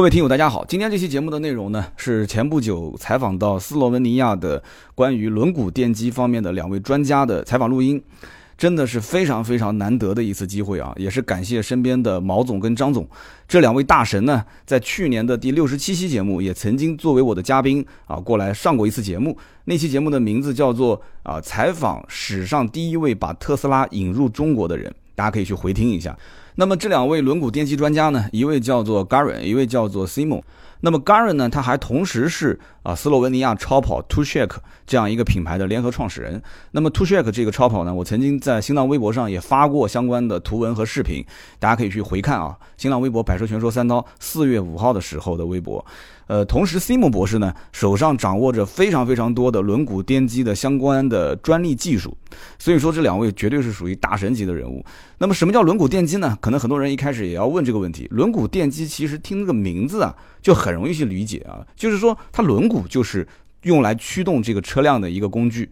各位听友，大家好！今天这期节目的内容呢，是前不久采访到斯洛文尼亚的关于轮毂电机方面的两位专家的采访录音，真的是非常非常难得的一次机会啊！也是感谢身边的毛总跟张总这两位大神呢，在去年的第六十七期节目也曾经作为我的嘉宾啊过来上过一次节目。那期节目的名字叫做啊采访史上第一位把特斯拉引入中国的人，大家可以去回听一下。那么这两位轮毂电机专家呢，一位叫做 Garen，一位叫做 Simon。那么 Garen 呢，他还同时是啊斯洛文尼亚超跑 t u s h e k 这样一个品牌的联合创始人。那么 t u s h e k 这个超跑呢，我曾经在新浪微博上也发过相关的图文和视频，大家可以去回看啊。新浪微博“百车全说三刀”四月五号的时候的微博。呃，同时 Simon 博士呢，手上掌握着非常非常多的轮毂电机的相关的专利技术，所以说这两位绝对是属于大神级的人物。那么什么叫轮毂电机呢？可能很多人一开始也要问这个问题。轮毂电机其实听这个名字啊，就很容易去理解啊，就是说它轮毂就是用来驱动这个车辆的一个工具。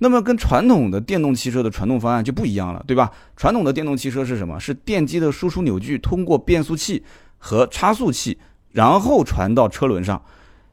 那么跟传统的电动汽车的传动方案就不一样了，对吧？传统的电动汽车是什么？是电机的输出扭矩通过变速器和差速器，然后传到车轮上。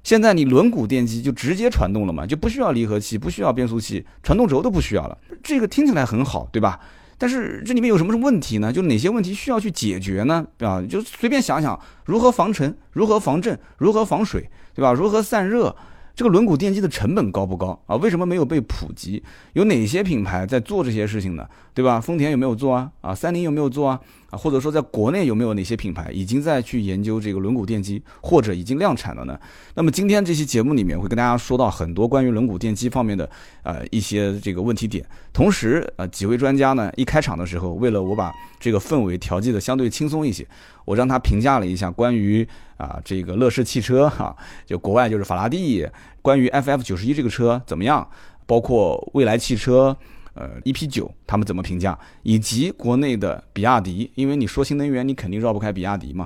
现在你轮毂电机就直接传动了嘛，就不需要离合器，不需要变速器，传动轴都不需要了。这个听起来很好，对吧？但是这里面有什么问题呢？就哪些问题需要去解决呢？啊，就随便想想，如何防尘，如何防震，如何防水，对吧？如何散热？这个轮毂电机的成本高不高啊？为什么没有被普及？有哪些品牌在做这些事情呢？对吧？丰田有没有做啊？啊，三菱有没有做啊？啊，或者说在国内有没有哪些品牌已经在去研究这个轮毂电机，或者已经量产了呢？那么今天这期节目里面会跟大家说到很多关于轮毂电机方面的呃一些这个问题点，同时呃几位专家呢一开场的时候，为了我把这个氛围调剂的相对轻松一些，我让他评价了一下关于啊、这个乐视汽车哈、就国外就是法拉第，关于 FF 九十一这个车怎么样，包括蔚来汽车。呃，EP 九他们怎么评价，以及国内的比亚迪，因为你说新能源，你肯定绕不开比亚迪嘛。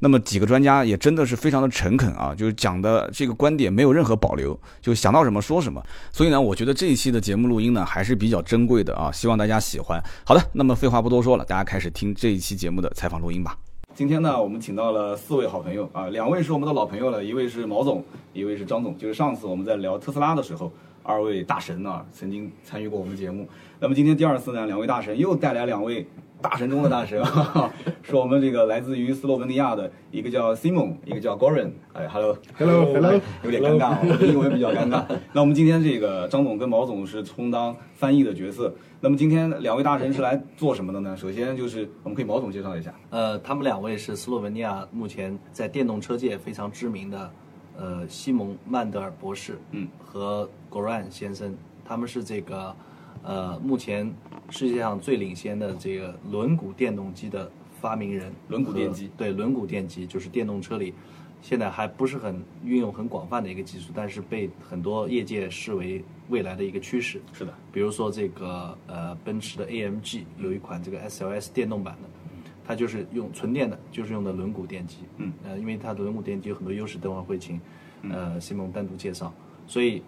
那么几个专家也真的是非常的诚恳啊，就是讲的这个观点没有任何保留，就想到什么说什么。所以呢，我觉得这一期的节目录音呢还是比较珍贵的啊，希望大家喜欢。好的，那么废话不多说了，大家开始听这一期节目的采访录音吧。今天呢，我们请到了四位好朋友啊，两位是我们的老朋友了，一位是毛总，一位是张总。就是上次我们在聊特斯拉的时候，二位大神呢、曾经参与过我们节目。那么今天第二次呢，两位大神又带来两位大神中的大神，啊， 是我们这个来自于斯洛文尼亚的一个叫 Simon，一个叫 Goran。哎，Hello。 Hello，Hello，有点尴尬啊，我的英文比较尴尬。那我们今天这个张总跟毛总是充当翻译的角色。那么今天两位大神是来做什么的呢？首先就是我们可以毛总介绍一下。呃，他们两位是斯洛文尼亚目前在电动车界非常知名的，呃，西蒙曼德尔博士，嗯，和 Goran 先生，他们是这个，呃，目前世界上最领先的这个轮毂电动机的发明人，轮毂电机和，对，轮毂电机就是电动车里现在还不是很运用很广泛的一个技术，但是被很多业界视为未来的一个趋势。是的，比如说这个呃奔驰的 AMG 有一款这个 SLS 电动版的，它就是用纯电的，就是用的轮毂电机。嗯，呃，因为它轮毂电机有很多优势，等会儿会请呃西蒙单独介绍。所以，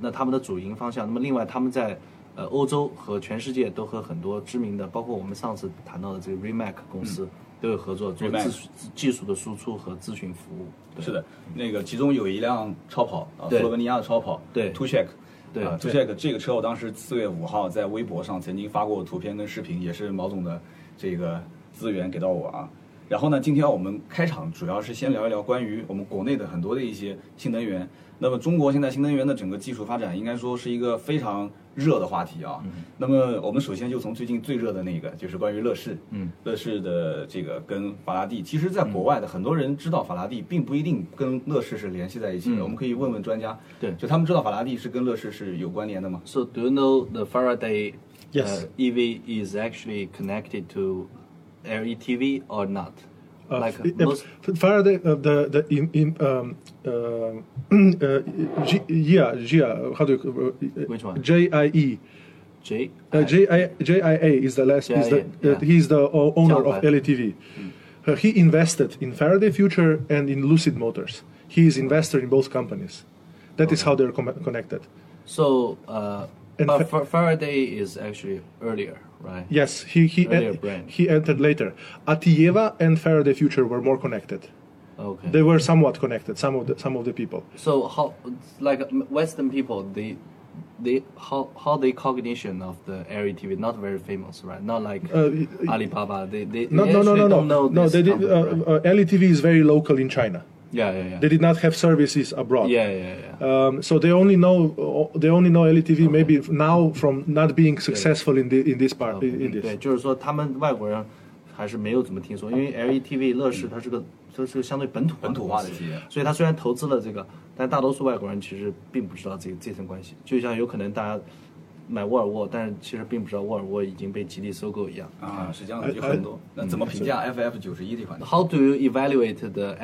那他们的主营方向，那么另外他们在呃欧洲和全世界都和很多知名的，包括我们上次谈到的这个 Rimac 公司。都有合作做 Rimac 自自技术的输出和咨询服务。对是的，那个其中有一辆超跑啊，斯对洛文尼亚的超跑，对 t u s h e k 对啊 t u s h e k 这个车我当时四月五号在微博上曾经发过图片跟视频，也是毛总的这个资源给到我啊。然后呢，今天我们开场主要是先聊一聊关于我们国内的很多的一些新能源。那么中国现在新能源的整个技术发展，应该说是一个非常热的话题啊。那么我们首先就从最近最热的那个，就是关于乐视，嗯，乐视的这个跟法拉第，其实在国外的很多人知道法拉第，并不一定跟乐视是联系在一起的。嗯我们可以问问专家，对就他们知道法拉第是跟乐视是有关联的吗？ So do you know the Faraday Yes. uh, EV is actually connected to LETV or not? Uh, like f- most, f- Faraday, uh, the the in, in um, uh, uh, G, yeah, Gia, how do you uh, Which one? J I E. Jay. Uh, J I J I A is the last. Is the, JIA, uh, yeah. Mm. he's the o- owner of Jiaobai. LATV. Uh, he invested in Faraday Future and in Lucid Motors. He is investor in both companies. That is how they're com- connected. so, uh, And but fa- Fa- Faraday is actually earlier, right? Yes, he he Earlier en- brand. he entered later. Atieva and Faraday Future were more connected. Okay. They were somewhat connected. Some of the some of the people. So how, like um, Western people, they, they how how they cognition of the Airy TV not very famous, right? Not like Uh, Alibaba. They they no, they no, no, actually no, no, don't know no. this They did. company, right? Uh, uh, LETV is very local in China. yeah yeah yeah They did not have services abroad. yeah yeah yeah. Um, so they only know uh, they only know LETV maybe now from not being successful in the in this part in, in 对， this. 就是说他们外国人还是没有怎么听说，因为 LETV 乐视它是个它是个相对本土本土化的公司企业所以它虽然投资了这个，但大多数外国人其实并不知道这这层关系，就像有可能大家买沃尔沃，但是其实并不知道沃尔沃已经被吉利收购一样。啊，是这样的，有很多。那怎么评价 FF 九十一这款车？ How do you evaluate the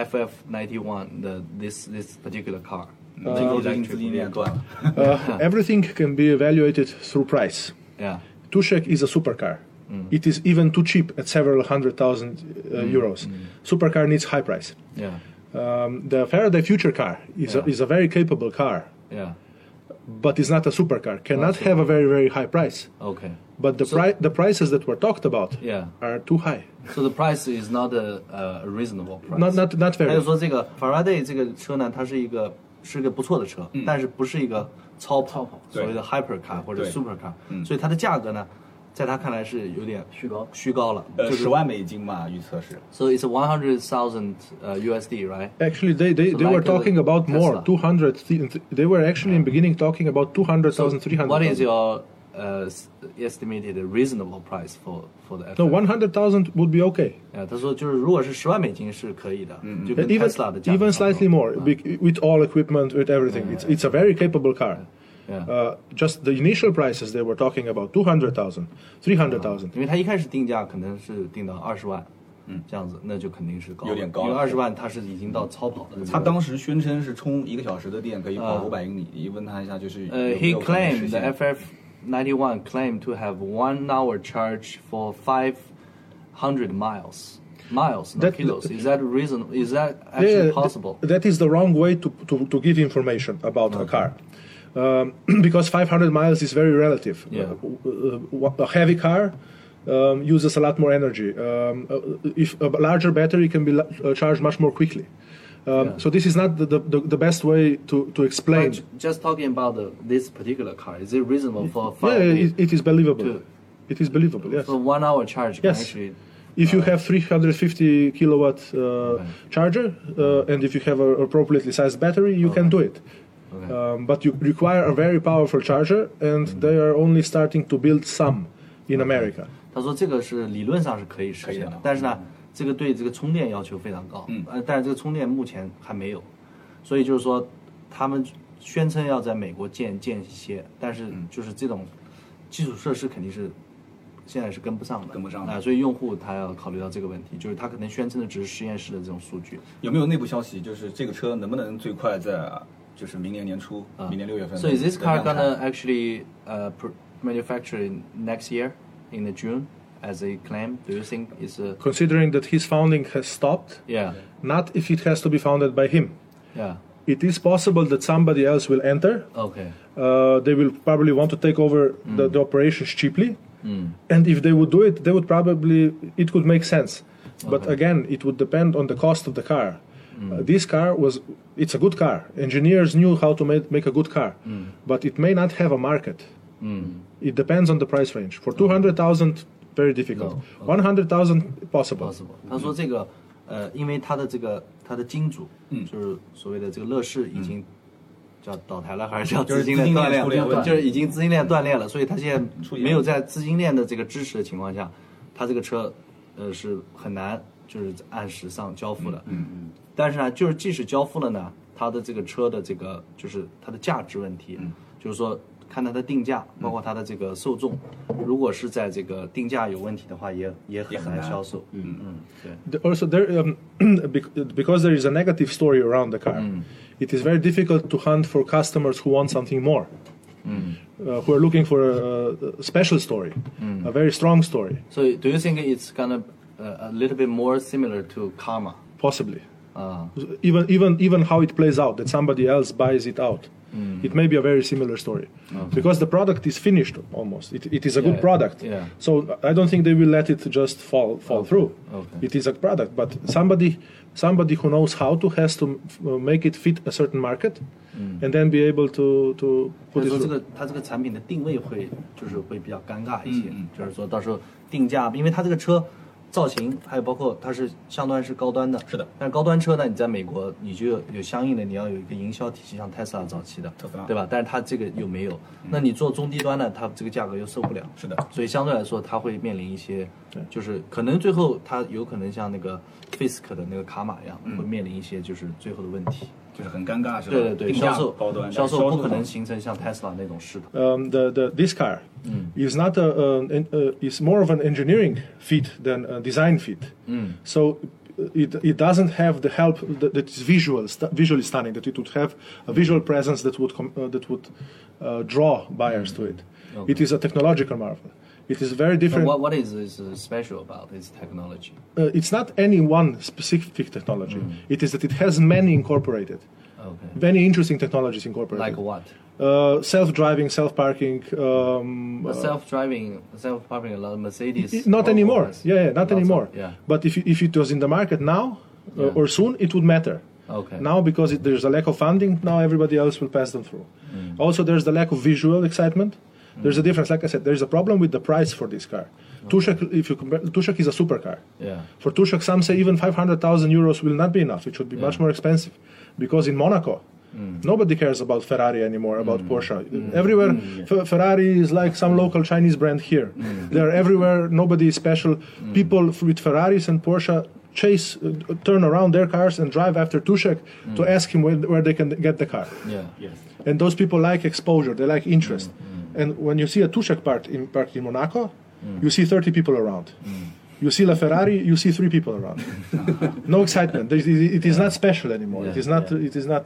FF91 the this this particular car？呃这个最近资金链断了。 Uh, everything can be evaluated through price. Yeah. Tushek is a supercar. Mm. It is even too cheap at several hundred thousand uh, euros. mm. Supercar needs high price. Yeah. Um, the Faraday Future car is, a, Yeah. is a very capable car, Yeah. but is not a supercar. Cannot have a very very high price. Okay. But the pri- the prices that were talked about Yeah. are too high. So the price is not a a reasonable price. Not not not 他 very. 就说这个 Faraday 这个车呢，它是一个是个不错的车，但是不是一个超跑，嗯对所谓的 hyper car 或者对嗯 super car，所以它的价格呢，在他看来是有点虚高虚高了，呃，就是十万美金吧，预测是。 So it's one hundred thousand 呃 USD right？ Actually, they, they, So they were like the talking about more, Tesla. 200. th- th- They were actually in beginning talking about 200,000, 300,000. What is your 呃 estimated reasonable price for for the No, F1 100,000 would be okay. 呃，他说就是如果是十万美金是可以的，就跟 Uh, even Tesla 的价格 even 差不多 slightly more, bec- with all equipment, with everything. It's, it's a very capable car. Yeah. Uh, just the initial prices they were talking about 200,000, 300,000. 因为他一开始定价可能是定到二十万，嗯，这样子，那就肯定是高了，有点高了因为二十万它是已经到超跑了。他当时宣称是充一个小时的电可以跑五百英里，你问他一下就是有没啊呃有 Uh, ，He 可能实 claimed the 现 FF ninety one claimed to have one hour charge for five hundred miles. Miles, not That- kilos. Is that reason? Is that th- actually possible? that is the wrong way to, to, to give information about a car. Um, because 500 miles is very relative. Yeah. Uh, uh, uh, a heavy car um, uses a lot more energy. Um, uh, if a larger battery can be la- uh, charged much more quickly. Um, So this is not the, the, the, the best way to, to explain. But Just talking about the, this particular car, is it reasonable for yeah, five it, it is believable. to- It is believable. Yes. for one hour charge? Can Yes. actually, If you have 350 kilowatt uh, charger uh, and if you have an appropriately sized battery, you can do it. Okay. Mm-hmm. Um, but you require a very powerful charger, and they are only starting to build some in America. 他说这个是理论上是可以实可以现的但是呢，这个对这个充电要求非常高，嗯，呃，但是这个充电目前还没有，所以就是说，他们宣称要在美国建建一些，但是嗯就是这种基础设施肯定是现在是跟不上的，跟不上的啊、所以用户他要考虑到这个问题，就是他可能宣称的只是实验室的这种数据，有没有内部消息，就是这个车能不能最快在就是明年年初，啊，明年六月份 So is this car 能量产 gonna actually uh pr- manufacture in next year in the June as a claim? Do you think is a Considering that his founding has stopped, yeah not if it has to be founded by him. yeah It is possible that somebody else will enter. okay Uh, they will probably want to take over the, the operations cheaply. And if they would do it, they would probably, it could make sense. But again, it would depend on the cost of the car. Uh, this car was, it's a good car. Engineers knew how to make, make a good car, but it may not have a market. It depends on the price range. For 200,000, very difficult. 100,000, possible. possible。他说这个，呃，因为他的这个他的金主，嗯，就是所谓的这个乐视已经叫倒台了，还是叫嗯就是资金链断裂资金链出了了？问题就是已经资金链断裂了，所以他现出在现了没有在资金链的这个支持的情况下，他这个车，呃，是很难就是按时上交付的。嗯嗯。但是呢，就是即使交付了呢，它的这个车的这个就是它的价值问嗯题，就是说看它的定价，包括它的这个受众，如果是在这个定价有问题的话，也也也很很难难销售。嗯嗯，对。 The- also there um, bec- because there is a negative story around the car it is very difficult to hunt for customers who want something more uh, who are looking for a, a special story a very strong story So do you think it's gonna uh, a little bit more similar to Karma? possibly Uh, even even even how it plays out that somebody else buys it out Mm. it may be a very similar story because the product is finished almost. It, it is a good Yeah, product. yeah. So I don't think they will let it just fall fall through. okay. It is a product, but somebody somebody who knows how to has to uh, make it fit a certain market, Mm. and then be able to to 或 put 者 it 说这 through. 个它这个产品的定位会就是会比较尴尬一些，嗯就是说到时候定价，因为它这个车造型还有包括它是相当于是高端的，是的但是高端车呢，你在美国你就有相应的你要有一个营销体系，像 Tesla 早期的特斯拉，嗯对吧？但是它这个又没有，那你做中低端呢，它这个价格又受不了，是的所以相对来说它会面临一些对，就是可能最后它有可能像那个 Fisk 的那个卡玛一样，嗯会面临一些就是最后的问题。就是很尴尬，是吧？对对对，定价销售高端，销售不可能上形成像 Tesla 那种势头。 um, the, the this car is not a, um, en- uh, is more of an engineering feat than a design feat. So uh, it it doesn't have the help that, that is visual stu- visually stunning that it would have a visual presence that would com- uh, that would uh, draw buyers to it. It is a technological marvel. It is very different. What what is is special about this technology? uh, it's not any one specific technology. It is that it has many incorporated, Okay, many interesting technologies incorporated. like what? uh, self-driving, self-parking, um, uh, Self-driving, self-parking, a lot of Mercedes. not Volvo anymore. has Yeah, yeah, not lots of- anymore. Yeah. But if it- if it was in the market now uh, Yeah. or soon, it would matter. Okay. Now because it, there's a lack of funding, now everybody else will pass them through. Mm. Also, there's the lack of visual excitement. There's a difference. Like I said, there's a problem with the price for this car. Tushak, if you compare, Tushak is a supercar. Yeah. For Tushak, some say even 500,000 euros will not be enough. It should be much more expensive, because in Monaco. Nobody cares about Ferrari anymore, about Porsche. Everywhere, Fe- Ferrari is like some local Chinese brand here. They're everywhere, nobody is special. People f- with Ferraris and Porsche chase, uh, turn around their cars and drive after Tushek to ask him where, where they can get the car. Yeah. Yes. And those people like exposure, they like interest. Mm, And when you see a Tushek part in, parked in Monaco, Mm. you see 30 people around. You see La Ferrari, you see three people around. no excitement. There is- It is not special anymore. It Yeah, is not. yeah. It is not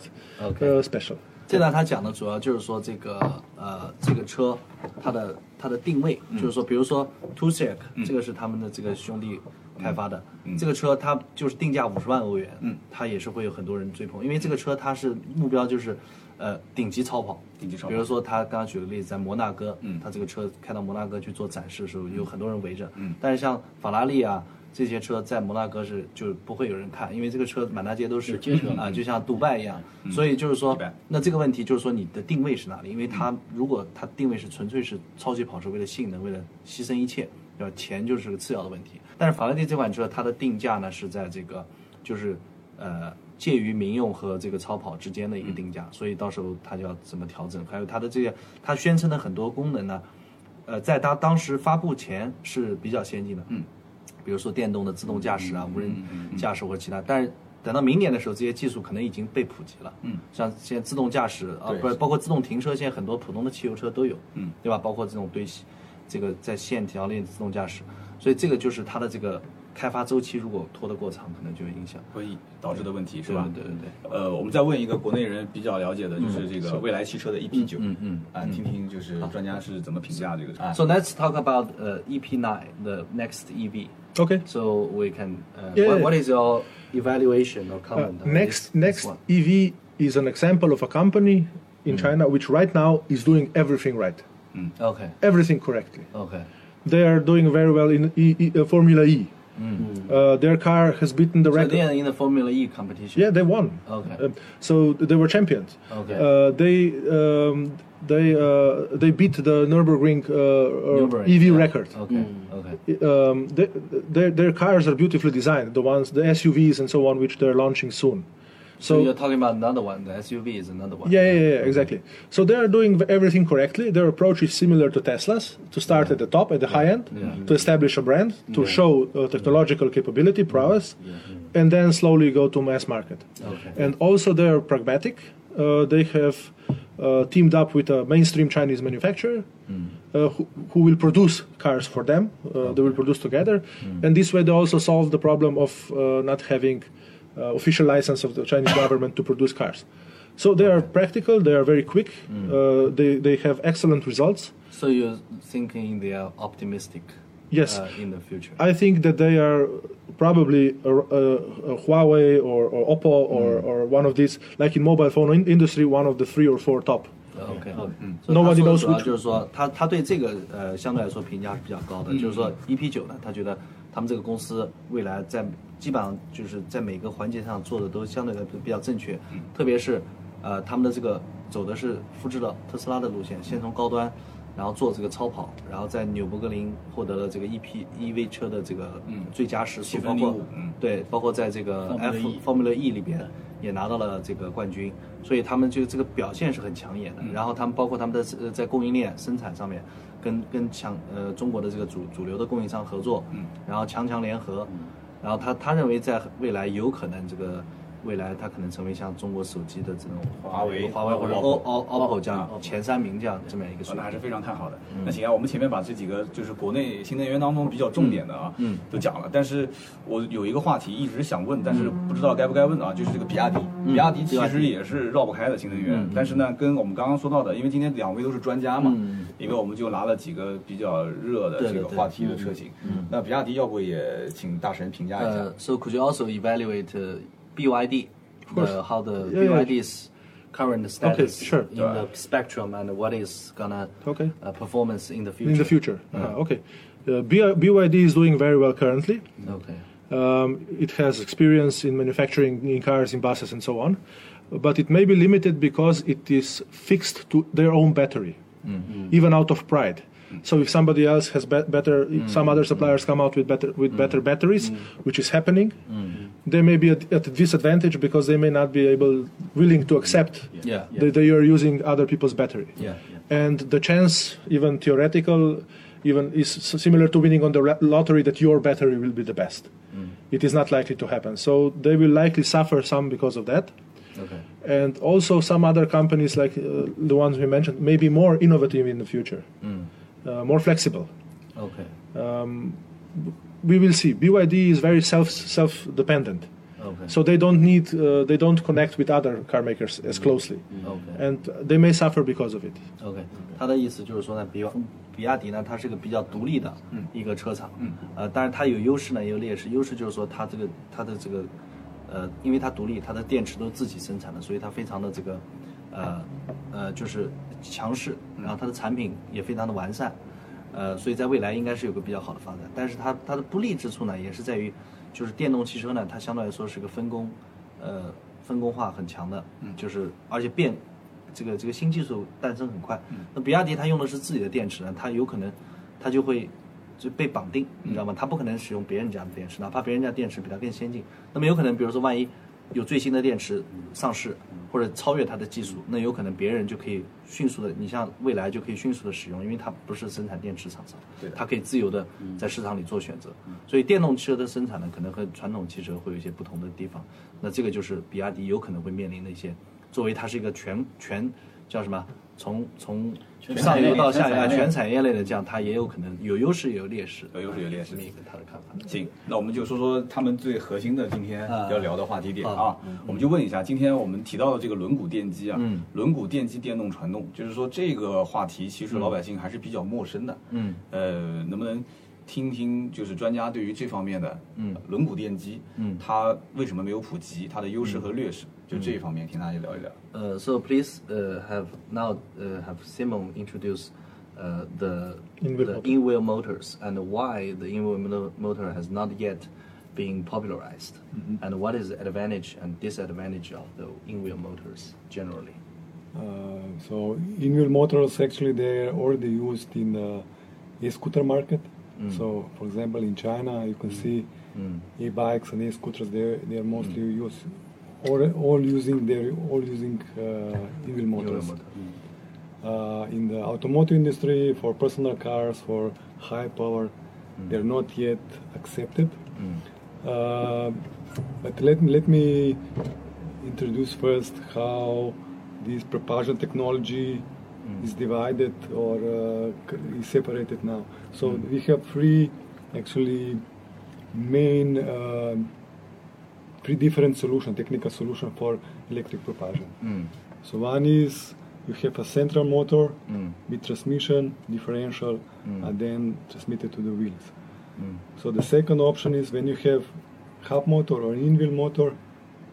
Okay. uh, special. 这段他讲的主要就是说这个呃这个车它的它的定位，嗯就是说比如说 t u s e c 这个是他们的这个兄弟嗯开发的，这个车它就是定价五十万欧元，它也是会有很多人追捧，因为这个车它是目标就是呃顶级超跑，顶级超跑嗯比如说他刚刚举了例子，在摩纳哥，他这个车开到摩纳哥去做展示的时候，有很多人围着，嗯但是像法拉利啊。这些车在摩纳哥是就不会有人看，因为这个车满大街都是啊，就像杜拜一样，所以就是说嗯迪拜，那这个问题就是说你的定位是哪里？因为它如果它定位是纯粹是超级跑车，为了性能，为了牺牲一切，对吧？钱就是个次要的问题。但是法拉第这款车它的定价呢是在这个就是呃介于民用和这个超跑之间的一个定价，所以到时候它就要怎么调整？还有它的这些它宣称的很多功能呢，呃，在它当时发布前是比较先进的，嗯，比如说电动的自动驾驶啊、无人驾驶或者其他，但是等到明年的时候，这些技术可能已经被普及了。嗯，像现在自动驾驶啊，对不是包括自动停车，现在很多普通的汽油车都有，嗯，对吧？包括这种对这个在线条链自动驾驶，所以这个就是它的这个开发周期如果拖得过长，可能就有影响，会导致的问题是吧？对对对对。嗯呃，我们再问一个国内人比较了解的，就是这个蔚来汽车的 EP 九，嗯嗯，啊，听听就是专家是怎么评价这个车。 So let's talk about uh, EP9, the next EV. Okay. So we can. Uh, Yeah, what, yeah. what is your evaluation or Uh, comment? on next, this, this next one? Mm. EV is an example of a company in China which right now is doing everything right, Okay. everything correctly. Okay. They are doing very well in e, E- uh, Formula E. Mm. Uh, their car has beaten the So record. they are in the Formula E competition. Yeah, they won. Okay. Um, so they were champions. Okay. Uh, they um, they uh, they beat the Nurburgring, uh, uh, Nürburgring, EV yeah. record. Okay. Okay. Um, they, their their cars are beautifully designed. The ones, the SUVs and so on, which they're launching soon. So, you're talking about another one. The SUV is another one. Yeah, yeah, yeah, exactly. So they are doing everything correctly. Their approach is similar to Tesla's to start at the top, at the high end, to establish a brand, to show uh, technological capability, prowess, and then slowly go to mass market. Okay. And also they are pragmatic. Uh, they have uh, teamed up with a mainstream Chinese manufacturer. Uh, who, who will produce cars for them? Uh, They will produce together, and this way they also solve the problem of uh, not having uh, official license of the Chinese government to produce cars. So they are practical. They are very quick. Uh, they they have excellent results. So you're thinking they are optimistic. Yes. uh, in the future? I think that they are probably a, a, a Huawei or, or Oppo or, or one of these, like in mobile phone in- industry, one of the three or four top. OK，嗯 Nobody 所以他 knows 说的主要 which- 就是说他他对这个呃相对来说评价是比较高的，嗯就是说 EP 九呢，他觉得他们这个公司未来在基本上就是在每个环节上做的都相对来说比较正确，嗯特别是呃他们的这个走的是复制了特斯拉的路线，先从高端。然后做这个超跑，然后在纽博格林获得了这个 EP EV 车的这个嗯最佳时速， 7包分括05嗯对，包括在这个 Formula F E Formula E 里边也拿到了这个冠军，所以他们就这个表现是很抢眼的。嗯然后他们包括他们的呃在供应链生产上面，跟跟强呃中国的这个主主流的供应商合作，嗯然后强强联合，然后他他认为在未来有可能这个未来他可能成为像中国手机的这种华为华为或者 OPPO O O OPPO 这样嗯，OPPO 前三名这样这么样一个水啊那还是平。嗯非常看好的。那行啊，我们前面把这几个就是国内新能源当中比较重点的啊，嗯嗯都讲了。但是我有一个话题一直想问，但是不知道该不该问啊，就是这个比亚迪。嗯比亚迪其实也是绕不开的新能源，但是呢，跟我们刚刚说到的，因为今天两位都是专家嘛，嗯一个我们就拿了几个比较热的对这个对嗯对话题的车型。那比亚迪要不也请大神评价一下？呃，so Uh, could you also evaluate uh, BYD? course. Uh, how the Yeah, yeah. BYD's current status sure. in the spectrum and what is gonna Okay. uh, performance in the future? In the future. Uh-huh. Ah, okay. Uh, B- BYD is doing very well currently. Okay. Um, it has experience in manufacturing in cars, in buses, and so on, but it may be limited because it is fixed to their own battery, Mm-hmm. even out of pride. So if somebody else has bet better, Mm-hmm. if some other suppliers come out with better with better batteries, which is happening, Mm-hmm. they may be at, at a disadvantage because they may not be able willing to accept Yeah. Yeah. that they are using other people's battery Yeah. and the chance, even theoretical, even is s- similar to winning on the ra- lottery that your battery will be the best. Mm. It is not likely to happen. So they will likely suffer some because of that. Okay. And also some other companies like uh, the ones we mentioned may be more innovative in the future, uh, more flexible. Mm. Okay. We will see. BYD is very self self dependent. Okay. So they don't need, uh, they don't connect with other car makers as closely, Okay. and they may suffer because of it. OK，他的意思就是说呢，比亚比亚迪呢，它是个比较独立的一个车厂，呃，但是它有优势呢，也有劣势。优势就是说它这个它的这个，呃，因为它独立，它的电池都自己生产的，所以它非常的这个，呃呃，就是强势，然后它的产品也非常的完善，呃，所以在未来应该是有个比较好的发展。但是它它的不利之处呢，也是在于，就是电动汽车呢，它相对来说是个分工，呃，分工化很强的，就是而且变这个这个新技术诞生很快。那比亚迪它用的是自己的电池呢，它有可能它就会就被绑定，嗯你知道吗？它不可能使用别人家的电池，哪怕别人家电池比它更先进。那么有可能，比如说万一有最新的电池上市或者超越它的技术，那有可能别人就可以迅速的，你像未来就可以迅速的使用，因为它不是生产电池厂商对的，嗯它可以自由的在市场里做选择。所以电动汽车的生产呢，可能和传统汽车会有一些不同的地方。那这个就是比亚迪有可能会面临的一些，作为它是一个全全叫什么？从从上游到下游啊全产业链全产业类的这样，它也有可能有优势也有劣势。有优势有劣势这么一个他的看法。行，那我们就说说他们最核心的今天啊要聊的话题点啊啊，我们就问一下，今天我们提到的这个轮毂电机啊，嗯轮毂电机电动传动，就是说这个话题其实老百姓还是比较陌生的，嗯，呃，能不能听听就是专家对于这方面的，嗯，轮毂电机，嗯，它为什么没有普及，它的优嗯势和劣势，就这一方面听大家聊一聊。 Uh, so please uh, have now uh, have Simon introduce uh, the In-wheel the motor. in-wheel motors and why the in-wheel mo- motor has not yet been popularized, Mm-hmm. and what is the advantage and disadvantage of the in-wheel motors generally. Uh, so in-wheel motors actually they are already used in the e-scooter market. So for example in China you can see e-bikes and e-scooters they they are mostly used all, all using they're all using uh, in-wheel motors. motor. Uh, in the automotive industry for personal cars for high power they're not yet accepted. Uh, but let me, let me introduce first how this propulsion technology is divided or uh, c- is separated now. So we have three actually main uh, three different solution technical solution for electric propulsion. So one is you have a central motor with transmission, differential, and then transmitted to the wheels. So the second option is when you have hub motor or in-wheel motor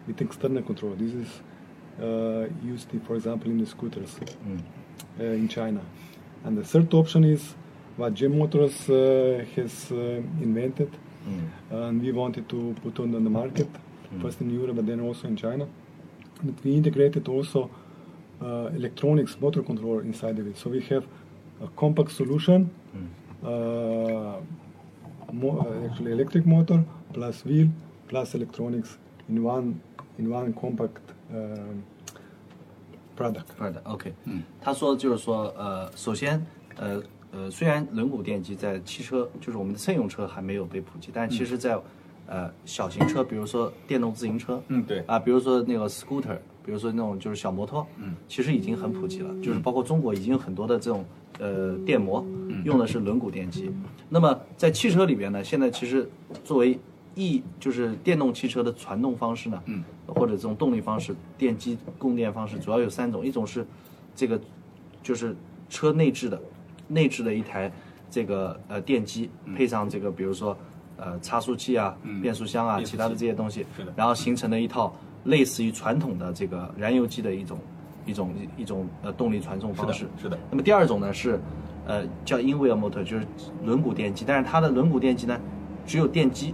with external control. This is uh, used, in, for example, in the scooters uh, in China. And the third option is what GM Motors uh, has uh, invented, and we wanted to put on the market first in Europe, but then also in China. But we integrated also uh, electronics motor controller inside of it. So we have a compact solution, uh, mo- uh, actually electric motor plus wheel plus electronics in one in one compact um, product. 好的，OK，嗯，他说的就是说，呃，首先，呃呃，虽然轮毂电机在汽车，就是我们的乘用车还没有被普及，但其实在，呃小型车，比如说电动自行车，嗯对啊，比如说那个 scooter，比如说那种就是小摩托，嗯，其实已经很普及了，就是包括中国已经有很多的这种呃电摩，用的是轮毂电机。那么在汽车里边呢，现在其实作为 E 就是电动汽车的传动方式呢，嗯，或者这种动力方式，电机供电方式主要有三种，一种是这个就是车内置的，内置的一台这个呃电机，配上这个比如说呃差速器啊、变速箱啊、其他的这些东嗯西，然后形成了一套类似于传统的这个燃油机的一种一种一一种呃动力传送方式。是的那么第二种呢是呃叫 in wheel motor，就是轮毂电机，但是它的轮毂电机呢只有电机。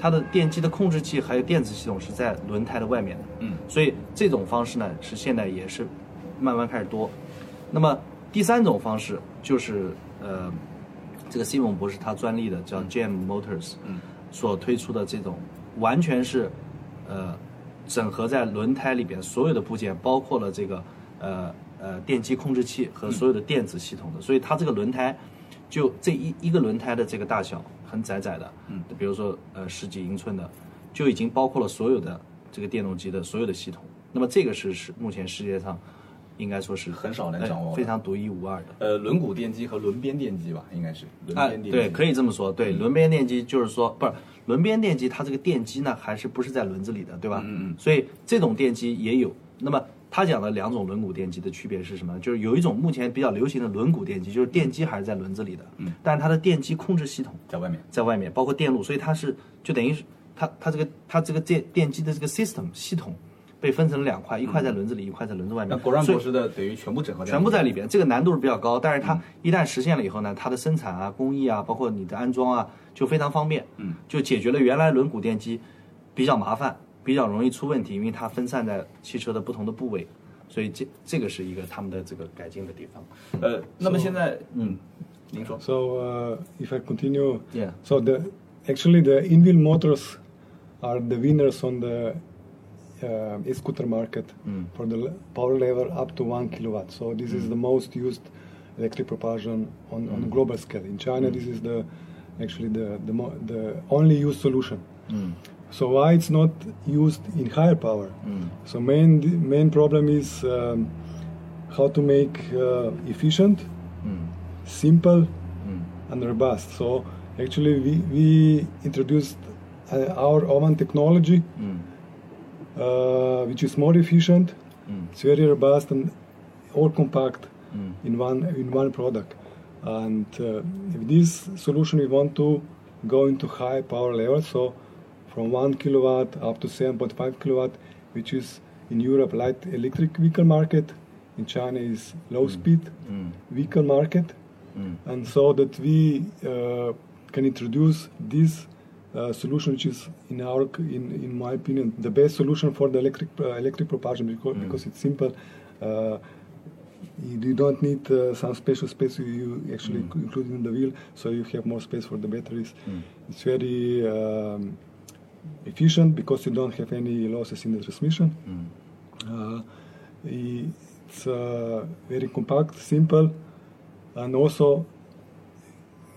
它的电机的控制器还有电子系统是在轮胎的外面的，嗯，所以这种方式呢是现在也是慢慢开始多。那么第三种方式就是呃，这个 Simon 博士他专利的叫 GM Motors，嗯，所推出的这种完全是呃整合在轮胎里边所有的部件，包括了这个呃呃电机控制器嗯和所有的电子系统的，所以它这个轮胎就这一一个轮胎的这个大小很窄窄的，嗯，比如说呃十几英寸的，就已经包括了所有的这个电动机的所有的系统。那么这个是是目前世界上应该说是很少能掌握的呃非常独一无二的。呃，轮毂电机和轮边电机吧，应该是轮啊，边电机。嗯对，可以这么说。对，轮边电机就是说，不是轮边电机，它这个电机呢，还是不是在轮子里的，对吧？嗯嗯。所以这种电机也有。那么他讲的两种轮毂电机的区别是什么呢？就是有一种目前比较流行的轮毂电机，就是电机还是在轮子里的，嗯，但是它的电机控制系统在外面。在外面，包括电路，所以它是就等于是它它这个它这个电电机的这个 system 系统被分成了两块，一块在轮子里，一块在轮子外那面。国让所以博士的等于全部整合在全部在里边，这个难度是比较高，但是它一旦实现了以后呢，它的生产啊、工艺啊，包括你的安装啊，就非常方便，嗯，就解决了原来轮毂电机比较麻烦、比较容易出问题，因为它分散在汽车的不同的部位，所以这这个是一个他们的这个改进的地方。呃，那么现在，嗯，您说， So uh, if I continue, Yeah. So the actually the in-wheel motors are the winners on the uh, scooter market for the le- power level up to one kilowatt. So this is the most used electric propulsion on, on a global scale. In China, this is the actually the the, mo- the only used solution. So why it's not used in higher power? So main main problem is um, how to make uh, efficient, simple, and robust. So actually we, we introduced uh, our oven technology, uh, which is more efficient, it's very robust and all compact in one in one product. And uh, with this solution we want to go into high power levels. So from 1 kilowatt up to 7.5 kilowatt, which is in Europe light electric vehicle market, in China is low speed vehicle market, and so that we uh, can introduce this uh, solution, which is in our in, in my opinion the best solution for the electric uh, electric propulsion because, because it's simple. Uh, you you don't need uh, some special space you, you actually include in the wheel, so you have more space for the batteries. It's very um, efficient because you don't have any losses in the transmission. Uh, i- it's uh, very compact, simple, and also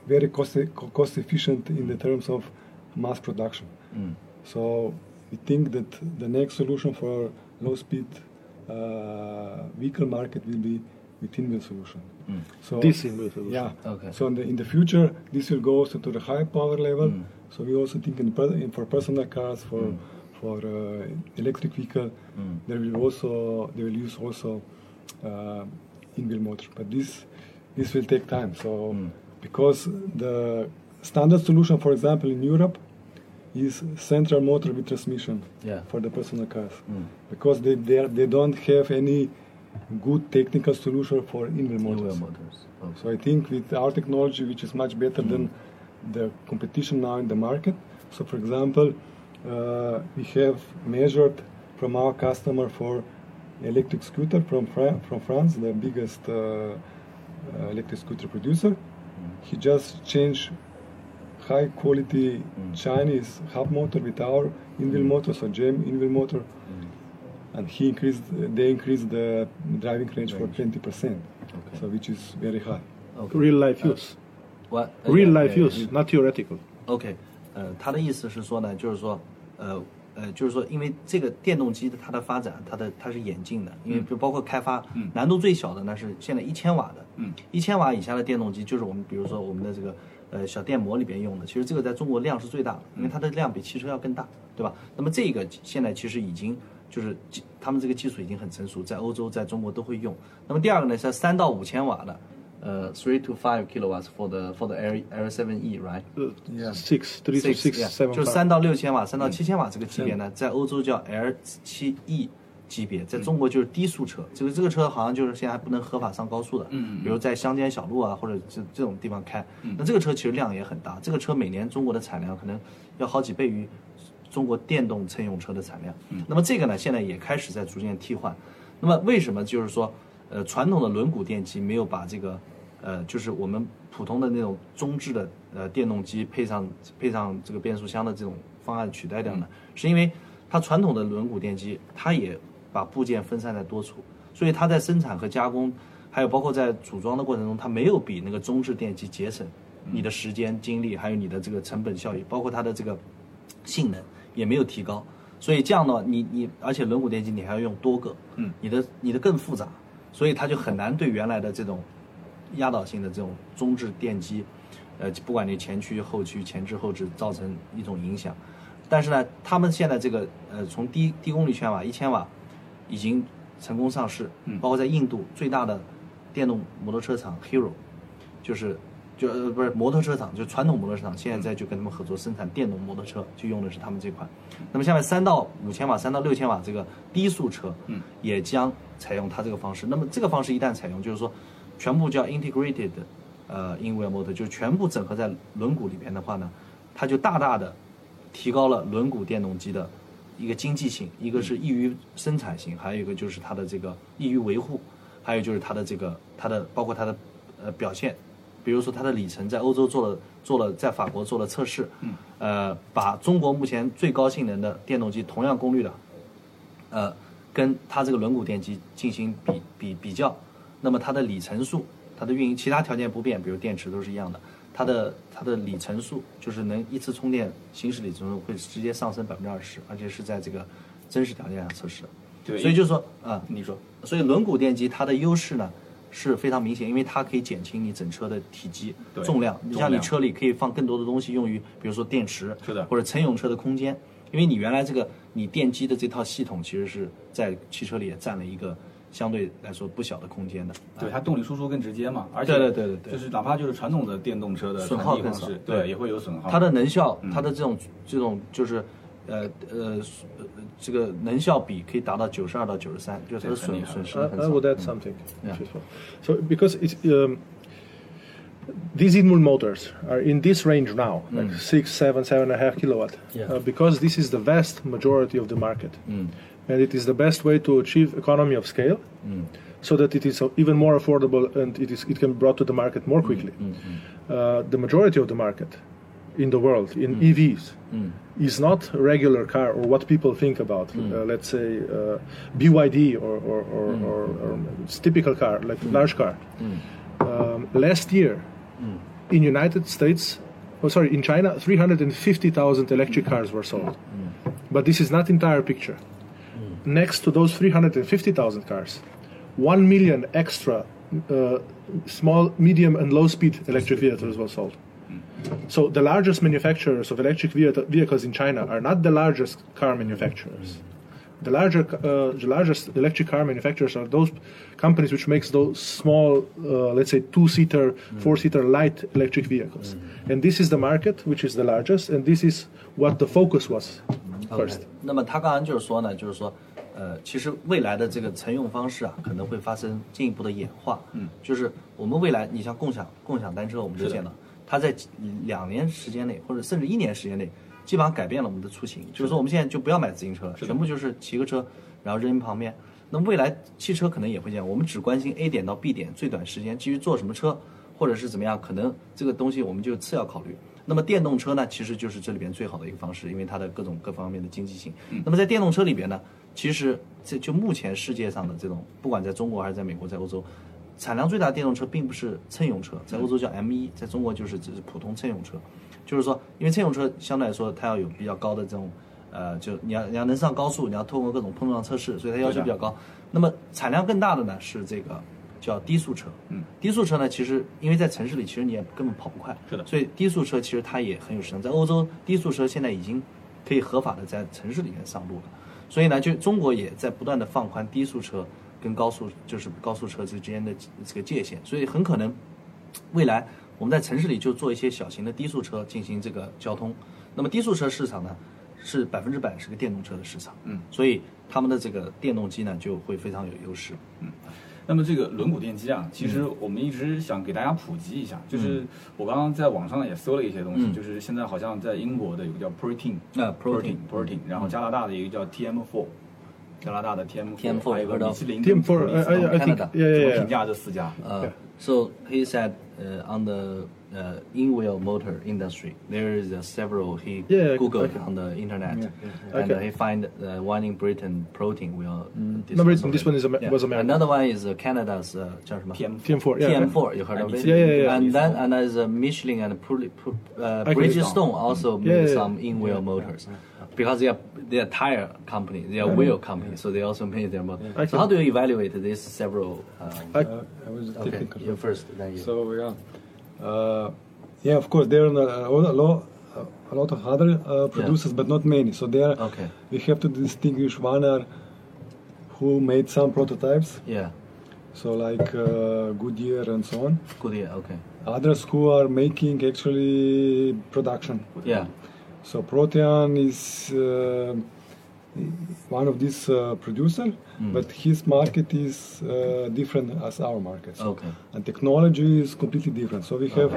very cost, co- cost efficient in the terms of mass production. Mm. So we think that the next solution for low speed uh, vehicle market will be with wheel solution. So This in-wheel solution. Yeah. Okay. So in the, in the future, this will go also to the high power level. So we also think in, per- in for personal cars, for for uh, electric vehicle, there will also they will use also uh, in wheel motor. But this this will take time. So because the standard solution, for example, in Europe, is central motor with transmission Yeah. for the personal cars because they they, are, they don't have any good technical solution for in-wheel motors. motors. So I think with our technology, which is much better than the competition now in the market. So for example, uh, we have measured from our customer for electric scooter from Fra- from France, the biggest uh, uh, electric scooter producer. He just changed high quality Chinese hub motor with our in-wheel motor, so GM in-wheel motor, and he increased. They increased the driving range, for twenty percent, so which is very high. 嗯 Real life use. What Real life Uh, yeah, use, not theoretical. OK，呃，他的意思是说呢，就是说，呃呃，就是说，因为这个电动机的它的发展，它的它是演进的，因为就包括开发，难度最小的呢是现在一千瓦的，嗯，一千瓦以下的电动机就是我们比如说我们的这个呃小电摩里边用的，其实这个在中国量是最大的，因为它的量比汽车要更大，对吧？那么这个现在其实已经就是技他们这个技术已经很成熟，在欧洲、在中国都会用。那么第二个呢，是三到五千瓦的。呃、t h r e e to five kilowatts for the for the L L seven E right？ Uh, Six, three to six, yeah， seven. 就是 five. 嗯三到六千瓦、三到七千瓦这个级别呢，在欧洲叫 L 七 E 级别，嗯在中国就是低速车。这个这个车好像就是现在还不能合法上高速的，嗯比如在乡间小路啊或者这这种地方开。那这个车其实量也很大，这个车每年中国的产量可能要好几倍于中国电动乘用车的产量。那么这个呢，现在也开始在逐渐替换。那么为什么就是说，呃，传统的轮毂电机没有把这个，呃，就是我们普通的那种中置的呃电动机配上配上这个变速箱的这种方案取代掉呢？是因为它传统的轮毂电机，它也把部件分散在多处，所以它在生产和加工，还有包括在组装的过程中，它没有比那个中置电机节省你的时间、精力，还有你的这个成本效益，包括它的这个性能也没有提高。所以这样的话，你你而且轮毂电机你还要用多个，嗯，你的你的更复杂，所以它就很难对原来的这种压倒性的这种中置电机，呃，不管你前驱、后驱、前置、后置造成一种影响。但是呢，他们现在这个呃，从低低功率千瓦、一千瓦已经成功上市，包括在印度最大的电动摩托车厂 Hero，就是就呃不是摩托车厂，就传统摩托车厂，现在在就跟他们合作生产电动摩托车，就用的是他们这款。那么下面三到五千瓦、三到六千瓦这个低速车，嗯，也将采用它这个方式。那么这个方式一旦采用，就是说全部叫 integrated，呃，in-wheel motor，就全部整合在轮毂里边的话呢，它就大大的提高了轮毂电动机的一个经济性，一个是易于生产性，还有一个就是它的这个易于维护，还有就是它的这个它的包括它的呃表现，比如说它的里程在欧洲做了做了在法国做了测试，嗯，呃，把中国目前最高性能的电动机同样功率的，呃，跟它这个轮毂电机进行比比比较，那么它的里程数、它的运营其他条件不变，比如电池都是一样的，它的它的里程数就是能一次充电行驶里程数会直接上升百分之二十，而且是在这个真实条件下测试的。对所以就是说啊、你说，所以轮毂电机它的优势呢是非常明显，因为它可以减轻你整车的体积对重量。你重像你量车里可以放更多的东西用于，比如说电池，是的或者乘用车的空间。因为你原来这个你电机的这套系统，其实是在汽车里也占了一个相对来说不小的空间的。对它动力输出更直接嘛，而且对对对对对就是哪怕就是传统的电动车的损传耗递更方少式，对对也会有损耗。啊它的能效，嗯它的这种这种就是，呃呃，呃这个能效比可以达到九十二到九十三，就是它的这很厉害损了损失 I, 很 Uh, I 少。 would add something. if it's possible. So because it's um, these Inmul motors are in this range now, like six, seven, seven and a half kilowatt, Yeah. uh, because this is the vast majority of the market, and it is the best way to achieve economy of scale, so that it is uh, even more affordable and it is it can be brought to the market more quickly. Uh, the majority of the market in the world in EVs is not a regular car or what people think about. Uh, let's say uh, BYD or or, or, or, or it's typical car like large car. Um, last year in United States, oh sorry, in China, 350,000 electric cars were sold. But this is not entire picture. Next to those 350,000 cars, 1 million extra uh, small, medium, and low speed electric vehicles were sold. So the largest manufacturers of electric vehi- vehicles in China are not the largest car manufacturers. The larger, uh, the largest electric car manufacturers are those companies which makes those small, uh, let's say, two-seater, four-seater light electric vehicles, and this is the market which is the largest, and this is what the focus was first. 那么他刚刚就是说呢，就是说，呃，其实未来的这个乘用方式啊，可能会发生进一步的演化。嗯，就是我们未来，你像共享共享单车，我们就见到它在几两年时间内，或者甚至一年时间内，基本上改变了我们的出行。就是说，我们现在就不要买自行车了，全部就是骑个车，然后扔旁边。那么未来汽车可能也会这样，我们只关心 A 点到 B 点最短时间，至于坐什么车或者是怎么样，可能这个东西我们就次要考虑。那么电动车呢，其实就是这里边最好的一个方式，因为它的各种各方面的经济性。那么在电动车里边呢，其实这就目前世界上的这种，不管在中国还是在美国，在欧洲，产量最大的电动车并不是乘用车，在欧洲叫 M 一，在中国就是只是普通乘用车。就是说，因为乘用车相对来说它要有比较高的这种，呃，就你要你要能上高速，你要通过各种碰撞测试，所以它要求比较高。那么产量更大的呢是这个叫低速车，嗯，低速车呢其实因为在城市里其实你也根本跑不快，是的所以低速车其实它也很有市场，在欧洲低速车现在已经可以合法的在城市里面上路了，所以呢就中国也在不断的放宽低速车跟高速就是高速车之间的这个界限，所以很可能未来我们在城市里就做一些小型的低速车进行这个交通。那么低速车市场呢，是百分之百是个电动车的市场，嗯，所以他们的这个电动机呢就会非常有优势。那么这个轮毂电机啊，其嗯实我们一直想给大家普及一下，就是我刚刚在网上也搜了一些东西，嗯就是现在好像在英国的有个叫 Protein，啊 Protein 嗯 Protein，然后加拿大的一个叫 TM4，加拿大的 TM4， TM4 还有一我知个道米其林 TM4 普利斯哎怎么哎 I think Canada. yeah yeah 评 yeah. 价这四家？ Uh, So he said uh, on the uh, in-wheel motor industry, there is uh, several he Yeah, yeah, googled okay. on the internet, and Okay. Mm. uh, he find uh, one in Britain, Protein wheel. this No, was Britain, this already- one is Amer- was American. Another one is uh, Canada's uh, 叫什么 TM4 TM4, yeah. TM4, you heard of it? Yeah, yeah, yeah. And then and there's uh, Michelin and Pul- Pul- uh, Okay. Bridgestone also Yeah, make yeah, some in-wheel motors. Because they are they are tire company, they are wheel company, so they also make their motor. So Okay. how do you evaluate these several? Um, I- Uh, I was Okay, technical. you first, then you. So yeah, uh, yeah. Of course, there are a lot, a lot of other uh, producers, but not many. So there, Ja. Okay. we have to distinguish one are who made some prototypes, yeah, so like uh, Goodyear and so on. good. Yeah, okay. Others who are making actually production. Yeah, So Protean is uh, one of these uh, producer, but his market is uh, different as our market. So Okay. And technology is completely different. So we have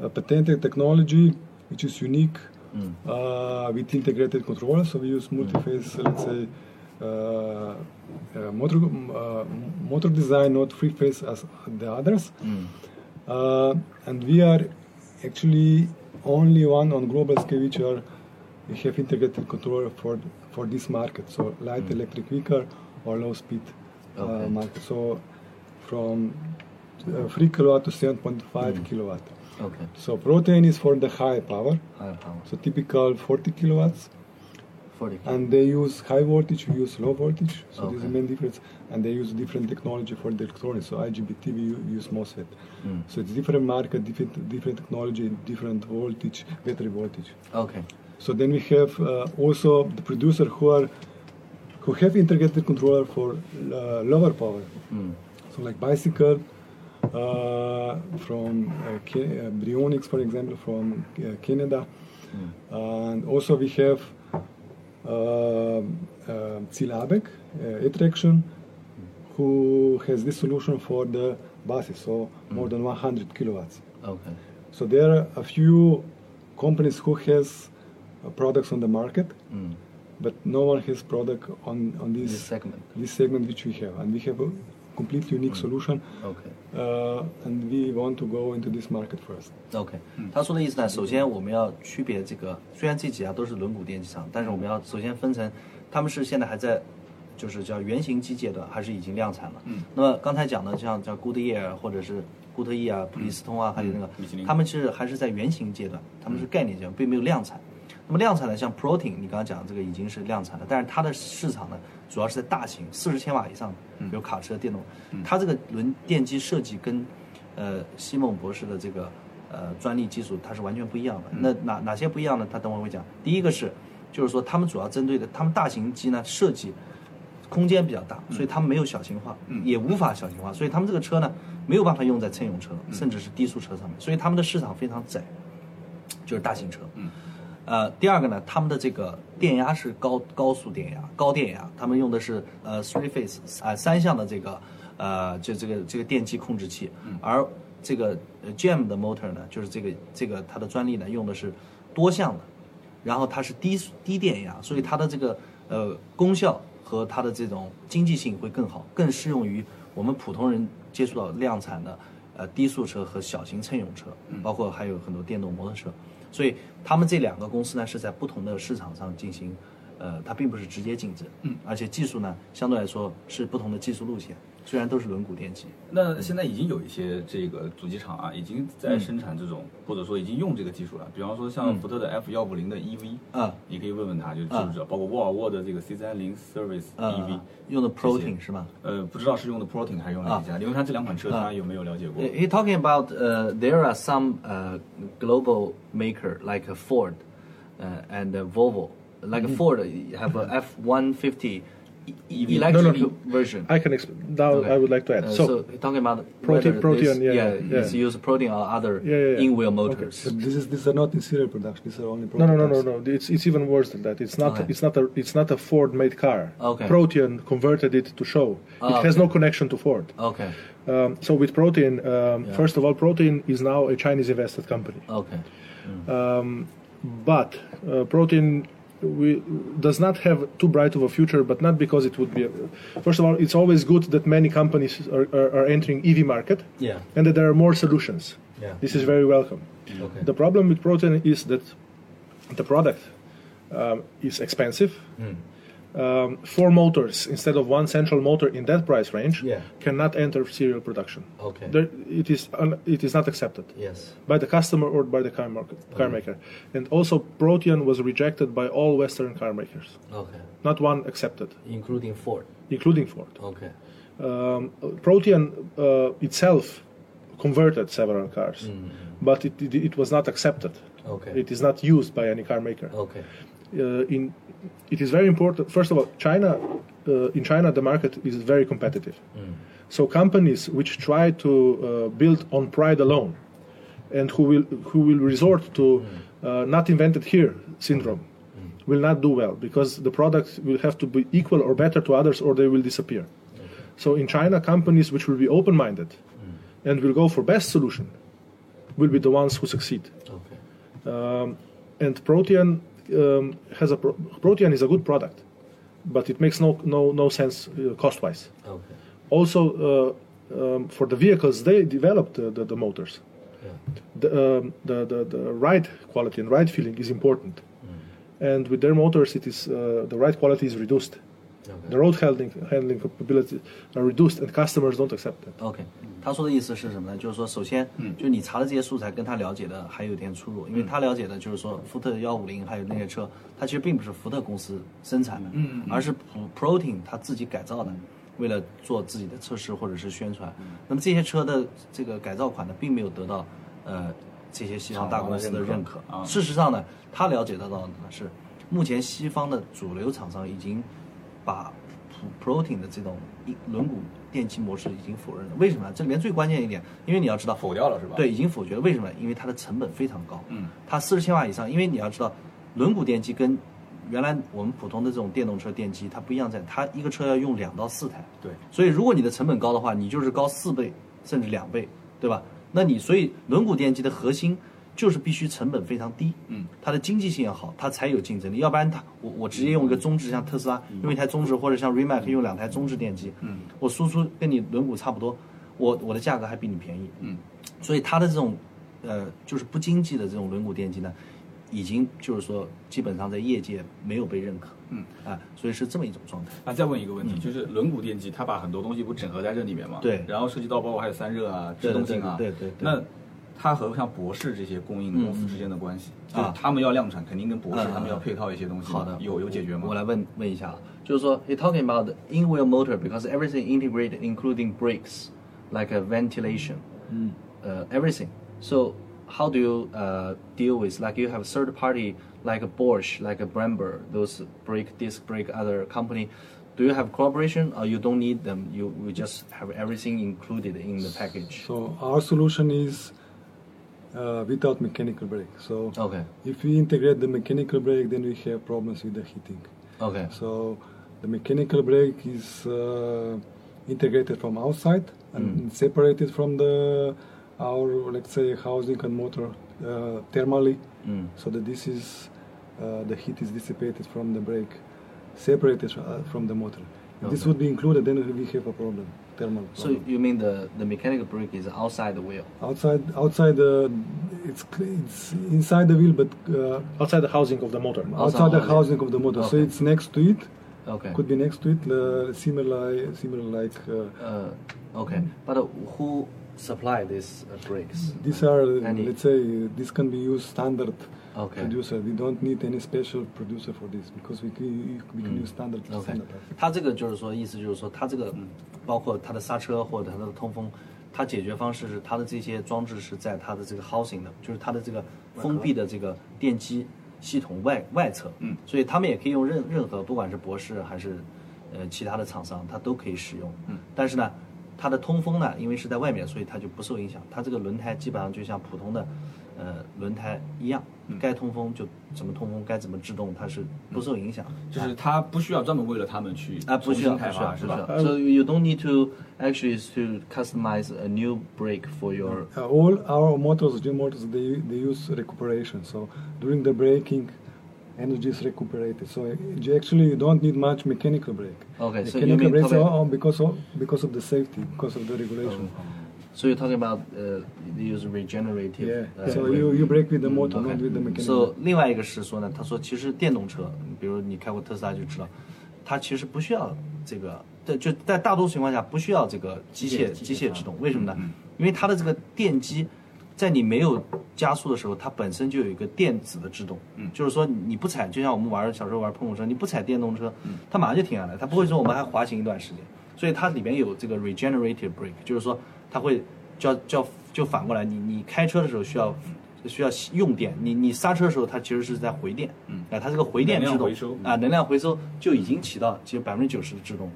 a patented technology which is unique Hmm. uh, with integrated controller. So we use multi-phase, let's say, uh, uh, motor uh, motor design, not three-phase as the others. mm, Uh, and we are actually only one on global scale which are we have integrated controller for for this market so light electric vehicle or low speed uh, market so from uh, 3 kilowatt to 7.5 kilowatt okay. so protein is for the high power Higher power, so typical 40 kilowatts 40. k and they use high voltage we use low voltage so this is Okay. the main difference and they use different technology for the electronics so IGBT we u- use MOSFET Mm, so it's different market different different technology different voltage battery voltage okay. so then we have uh, also the producer who are who have integrated controller for uh, lower power. mm, So like bicycle uh, from uh, Ke- uh, Brionics, for example, from uh, Canada, and also we have um, uh, Cilabek uh, attraction who has this solution for the buses, so more than 100 kilowatts. Okay. So there are a few companies who has uh, products on the market, mm, but no one has product on on this, This segment. Mm. this segment which we have, and we have a completely unique solution. Okay. Uh, and we want to go into this market first. OK，他嗯说的意思呢，首先我们要区别这个，虽然这几家都是轮毂电机厂，但是我们要首先分成，他们是现在还在，就是叫原型机阶段，还是已经量产了。嗯。那么刚才讲的，像叫 Goodyear 或者是固特异啊、嗯普利司通啊，还有那个米其林，他们是还是在原型阶段，他们是概念阶段，并没有量产。那么量产呢，像 Protein，你刚刚讲这个已经是量产了，但是它的市场呢，主要是在大型四十千瓦以上的，比如卡车、电动，它这个轮电机设计跟呃西蒙博士的这个呃专利技术它是完全不一样的。那哪哪些不一样呢？他等会儿会讲。第一个是就是说他们主要针对的，他们大型机呢设计空间比较大，所以他们没有小型化，也无法小型化，所以他们这个车呢没有办法用在乘用车，甚至是低速车上面，所以他们的市场非常窄，就是大型车。嗯。呃，第二个呢，他们的这个电压是高高速电压、高电压，他们用的是呃 three phase 啊、呃、三项的这个呃就这个这个电机控制器，而这个呃 GM 的 motor 呢，就是这个这个它的专利呢用的是多项的，然后它是低低电压，所以它的这个呃功效和它的这种经济性会更好，更适用于我们普通人接触到量产的呃低速车和小型乘用车，包括还有很多电动摩托车。所以他们这两个公司呢是在不同的市场上进行，呃，它并不是直接竞争，嗯，而且技术呢相对来说是不同的技术路线，虽然都是轮毂电机，那现在已经有一些这个主机厂啊，已经嗯在生产这种，或者说已经用这个技术了。比方说像福特的 F 幺五零的 EV，啊，你可以问问他，就是知不知道。包括沃尔沃的这个 C 三零 Service 呃 EV，用的这 Protein 些是吧？呃，不知道是用的 Proton 还是用了啊哪家？你问他这两款车，他有没有了解过？ He talking about uh, there are some uh, global maker like a Ford uh, and a Volvo. Like Ford have a F one fifty e, Mm-hmm. No, no, electric no. version. I can exp- now. I would like to add. Uh, so, talking about Protein- whether protein, this- yeah, yeah. it's use protein or other Yeah, yeah, yeah. in-wheel Okay. motors. But this is these are not in serial production. These are only no, no, no, no, prototypes. no. It's it's even worse than that. It's not Okay. it's not a it's not a Ford made car. Okay. Protean converted it to show. Ah, it has okay. no connection to Ford. Okay, Um, so with Protean, um, first of all, Protean is now a Chinese invested company. okay, but uh, protein we, does not have too bright of a future but not because it would be a, first of all it's always good that many companies are, are, are entering ev market Yeah. and that there are more solutions Yeah. this is very welcome okay. the problem with protein is that the product um, is expensive Hmm, um, four motors instead of one central motor in that price range Yeah. cannot enter serial production Okay. there, it is un, it is not accepted yes. by the customer or by the car, market, car Mm-hmm. maker. And also, Protean was rejected by all Western car makers, Okay, not one accepted, including Ford. including Ford. Okay. Um, Protean uh, itself converted several cars, but it, it, it was not accepted. Okay. Oh. It is not used by any car maker. Okay. Uh, in, it is very important. First of all, China, uh, in China, the market is very competitive. Hmm, So companies which try to uh, build on pride alone, and who will who will resort to uh, not invented here syndrome, will not do well because the products will have to be equal or better to others, or they will disappear. So in China, companies which will be open-minded and will go for best solution will be the ones who succeed Um, Okay. and protean um, has a pro- protean is a good product but it makes no no no sense uh, cost wise Okay. also uh, um, for the vehicles they developed uh, the, the motors the, um, the, the the ride quality and ride feeling is important and with their motors it is uh, the ride quality is reduced the road handling handling capabilities are reduced and customers don't accept that OK，他说的意思是什么呢？就是说，首先，嗯就你查的这些素材跟他了解的还有点出入，因为他了解的就是说，福特幺五零还有那些车，它其实并不是福特公司生产的，嗯而是 Pro- Protein 它自己改造的，为了做自己的测试或者是宣传。嗯那么这些车的这个改造款呢，并没有得到呃这些西方大公司的认可厂房的认可啊。事实上呢，他了解得到的呢是，目前西方的主流厂商已经把 Pro- Protein 的这种一轮毂电机模式已经否认了。为什么呢？这里面最关键一点，因为你要知道否掉了是吧？对，已经否决了。为什么？因为它的成本非常高。嗯，它四十千瓦以上，因为你要知道，轮毂电机跟原来我们普通的这种电动车电机它不一样在，它一个车要用两到四台。对，所以如果你的成本高的话，你就是高四倍甚至两倍，对吧？那你所以轮毂电机的核心就是必须成本非常低，嗯，它的经济性要好，它才有竞争力。要不然它我我直接用一个中置，像特斯拉用一台中置，或者像 Rimac 用两台中置电机，嗯，我输出跟你轮毂差不多，我我的价格还比你便宜，嗯，所以它的这种呃就是不经济的这种轮毂电机呢，已经就是说基本上在业界没有被认可，嗯，啊，所以是这么一种状态。那啊再问一个问题，就是轮毂电机，它把很多东西不整合在这里面嘛？嗯对然后涉及到包括还有散热啊、对制对动性啊。对对对对嗯那它和像博士这些供应公司之间的关系，就是啊他们要量产，肯定跟博士嗯嗯他们要配套一些东西嘛。好的，有有解决吗？我我来问问一下啊，就是说，he talking about the in-wheel motor because everything integrated, including brakes, like a ventilation, uh, 嗯，uh, everything. So how do you uh deal with like you have third-party like Bosch, like Brembo, those brake disc brake other company, do you have cooperation or you don't need them? You we just have everything included in the no. package. So our solution is uh, without mechanical brake. So Okay. if we integrate the mechanical brake, then we have problems with the heating. Okay. So the mechanical brake is uh, integrated from outside and Mm. separated from the our let's say housing and motor uh, thermally, Mm. so that this is uh, the heat is dissipated from the brake, separated uh, from the motor. If this would be included, then we have a problem, thermal. So problem. you mean the the mechanical brake is outside the wheel? outside, outside the it's cl- it's inside the wheel, but uh, outside the housing of the motor. outside the housing. housing of the motor. So Okay. it's next to it. Okay. Could be next to it, uh, similar, similar like uh, Uh, okay. But uh, who supply these uh, brakes? These are, Any- let's say, this can be used standard Okay. producer. We don't need any special producer for this because we can, we Hmm. can use standard. OK， standard. 它这个就是说，意思就是说，它这个嗯包括它的刹车或者它的通风，它解决方式是它的这些装置是在它的这个 housing 的，就是它的这个封闭的这个电机系统外外侧。嗯，所以他们也可以用任任何，不管是博士还是呃其他的厂商，它都可以使用。嗯，但是呢，它的通风呢，因为是在外面，所以它就不受影响。它这个轮胎基本上就像普通的呃轮胎一样，该通风就怎么通风，该怎么制动，它是不受影响的。嗯就是它不需要专门为了他们去啊，不重需要，新不开需要，发，不需是要吧？。 So you don't need to actually is to customize a new brake for your. Uh, all our motors, G motors, they, they use recuperation. So during the braking, energy is recuperated. So you actually you don't need much mechanical brake. Okay, so you mechanical mean brakes cover- are on because of, because of the safety, because of the regulation. Oh, So you're talking about uh, they use regenerative. Yeah. uh, So brake. you, you brake with the motor, 嗯 OK not with the mechanical. Hmm, So 另外一个是说呢，他说其实电动车，比如你开过特斯拉就知道，它其实不需要这个，对，就在大多数情况下不需要这个机械机械啊嗯制动，为什么呢？因为它的这个电机。在你没有加速的时候，它本身就有一个电子的制动，嗯，就是说你不踩，就像我们玩小时候玩碰碰车，你不踩电动车，它马上就停下来，它不会说我们还滑行一段时间，所以它里面有这个 regenerative brake，就是说它会叫叫就反过来，你你开车的时候需要需要用电，你你刹车的时候它其实是在回电，嗯，啊，它这个回电能制量动回收啊，能量回收就已经起到其实百分之九十的制动了，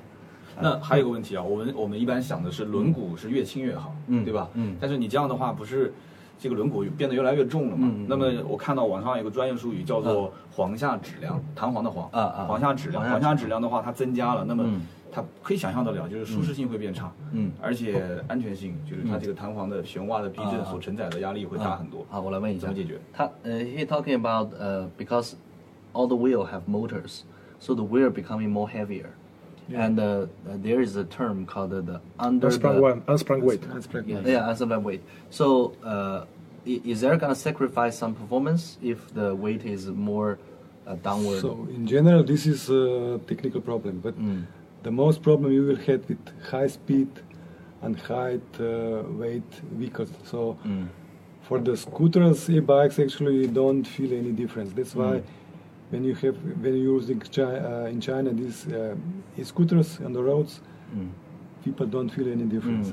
那还有一个问题啊，我们我们一般想的是轮毂是越轻越好，嗯对吧？嗯但是你这样的话，不是这个轮毂变得越来越重了嘛？嗯嗯嗯那么我看到网上有个专业术语叫做簧下质量，弹簧的簧啊啊簧下质量，簧簧下质下量质量的话，它增加了，那么嗯它可以想象得了，就是舒适性会变差，嗯而且安全性就是它这个弹簧的悬挂的避震啊所承载的压力会大很多。好，我来问一下，怎么解决？他呃，he talking about 呃，because all the wheel have motors, so the wheel becoming more heavier, and uh, there is a term called the under Unsprung, the one, unsprung weight. Let's brake. yeah, yeah under the weight. So uh, i- is there gonna sacrifice some performance if the weight is more uh, downward? So in general, this is a technical problem, but Mm. the most problem you will have with high speed and high uh, weight vehicles. So Mm. for the scooters, e-bikes actually you don't feel any difference. That's why when you have when you're using Chi- uh, in China these uh, scooters on the roads, mm. people don't feel any difference.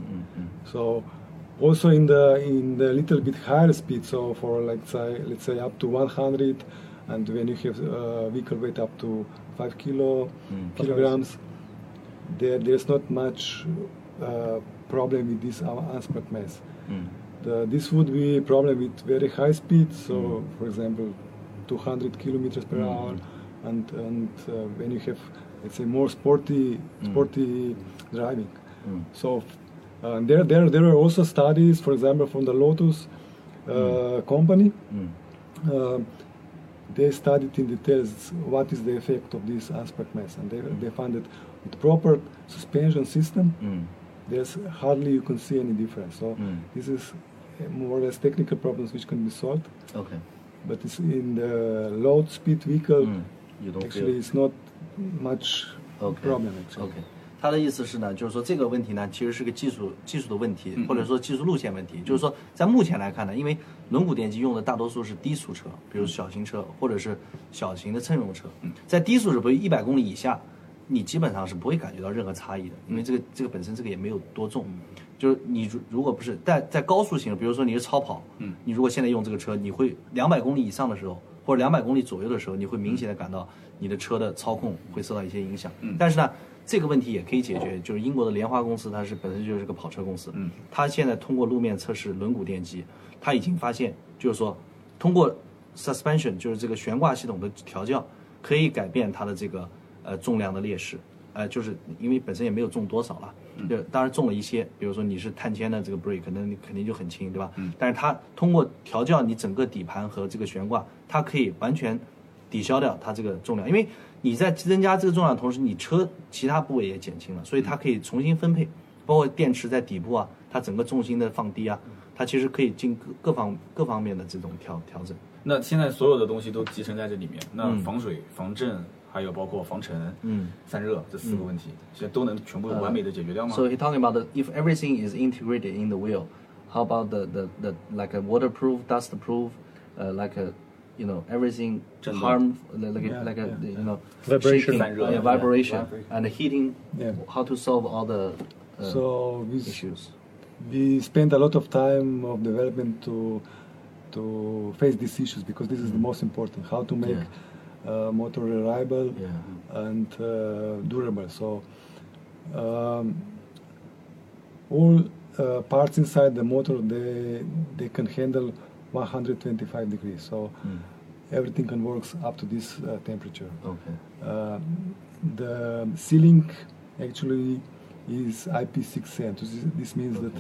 So also in the in the little bit higher speed, so for like say let's say up to 100, and when you have uh, vehicle weight up to five kilo kilograms, there there's not much uh, problem with this un- unsprung mass. The, this would be problem with very high speed, so for example, 200 kilometers per hour, and and uh, when you have let's say more sporty sporty driving. So uh, there there there are also studies, for example, from the Lotus uh, Hmm. company. Um, they studied in details what is the effect of this aspect mass, and they, they found that with proper suspension system, Hmm. there's hardly you can see any difference. So this is uh, more or less technical problems which can be solved, Okay, but it's in the low speed vehicle, Hmm. you don't feel. actually it's not much OK problem actually. OK，他的意思是呢，就是说这个问题呢，其实是个技术技术的问题，或者说技术路线问题。就是说，在目前来看呢，因为轮毂电机用的大多数是低速车，比如小型车或者是小型的乘用车，在低速是不是一百公里以下，你基本上是不会感觉到任何差异的，因为这个这个本身这个也没有多重。就是你如如果不是在在高速型，比如说你是超跑，嗯，你如果现在用这个车，你会两百公里以上的时候，或者两百公里左右的时候，你会明显的感到你的车的操控会受到一些影响。但是呢，这个问题也可以解决，就是英国的莲花公司，它是本身就是个跑车公司，嗯，它现在通过路面测试轮毂电机，它已经发现，就是说通过 suspension，就是这个悬挂系统的调教，可以改变它的这个呃重量的劣势。呃，就是因为本身也没有重多少了，就当然重了一些。比如说你是碳纤的这个 brake，那你肯定就很轻，对吧？嗯。但是它通过调教你整个底盘和这个悬挂，它可以完全抵消掉它这个重量，因为你在增加这个重量的同时，你车其他部位也减嗯轻了，所以它可以重新分配，包括电池在底部啊，它整个重心的放低啊，嗯它其实可以进各各方各方面的这种调调整。那现在所有的东西都集成在这里面，那防水、防震，还有包括防尘、嗯呃散热这四个问题，现在都能全部完美的解决掉吗？ So he talking about the, if everything is integrated in the wheel, how about the, the, the like a waterproof, dustproof, uh, like a you know everything harm like a, like a you know Vibration. shaking, yeah, Yeah, vibration and the heating, Yeah. how to solve all the uh, So we, issues. we spent a lot of time of development to to face these issues because this is the most important. How to make uh, motor reliable Yeah. and uh, durable. So um, all uh, parts inside the motor they they can handle 125 degrees. So Mm. everything can works up to this uh, temperature. Okay. Uh, the ceiling actually is IP67. This, is- this means that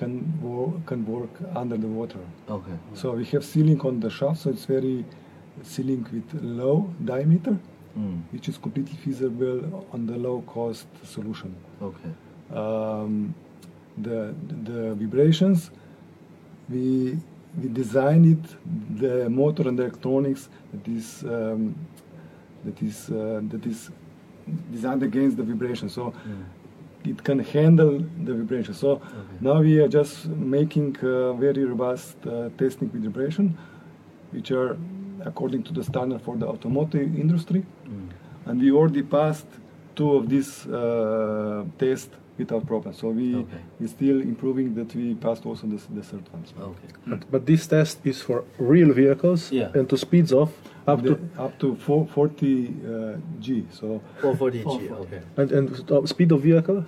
can work, can work under the water. Okay. So we have ceiling on the shaft, so it's very ceiling with low diameter, Mm. which is completely feasible on the low cost solution. Okay. Um, the the vibrations we we design it the motor and the electronics that is um, that is uh, that is designed against the vibration so Mm. it can handle the vibration so now we are just making uh, very robust uh, testing with vibration which are according to the standard for the automotive industry Mm. and we already passed two of these uh, tests without problem so we Okay. we're still improving that we passed also the, the third one so Okay. But, but this test is for real vehicles Yeah. and to speeds of up the, to up to four, 40 uh, g so 440 G. Okay. and, and uh, speed of vehicle.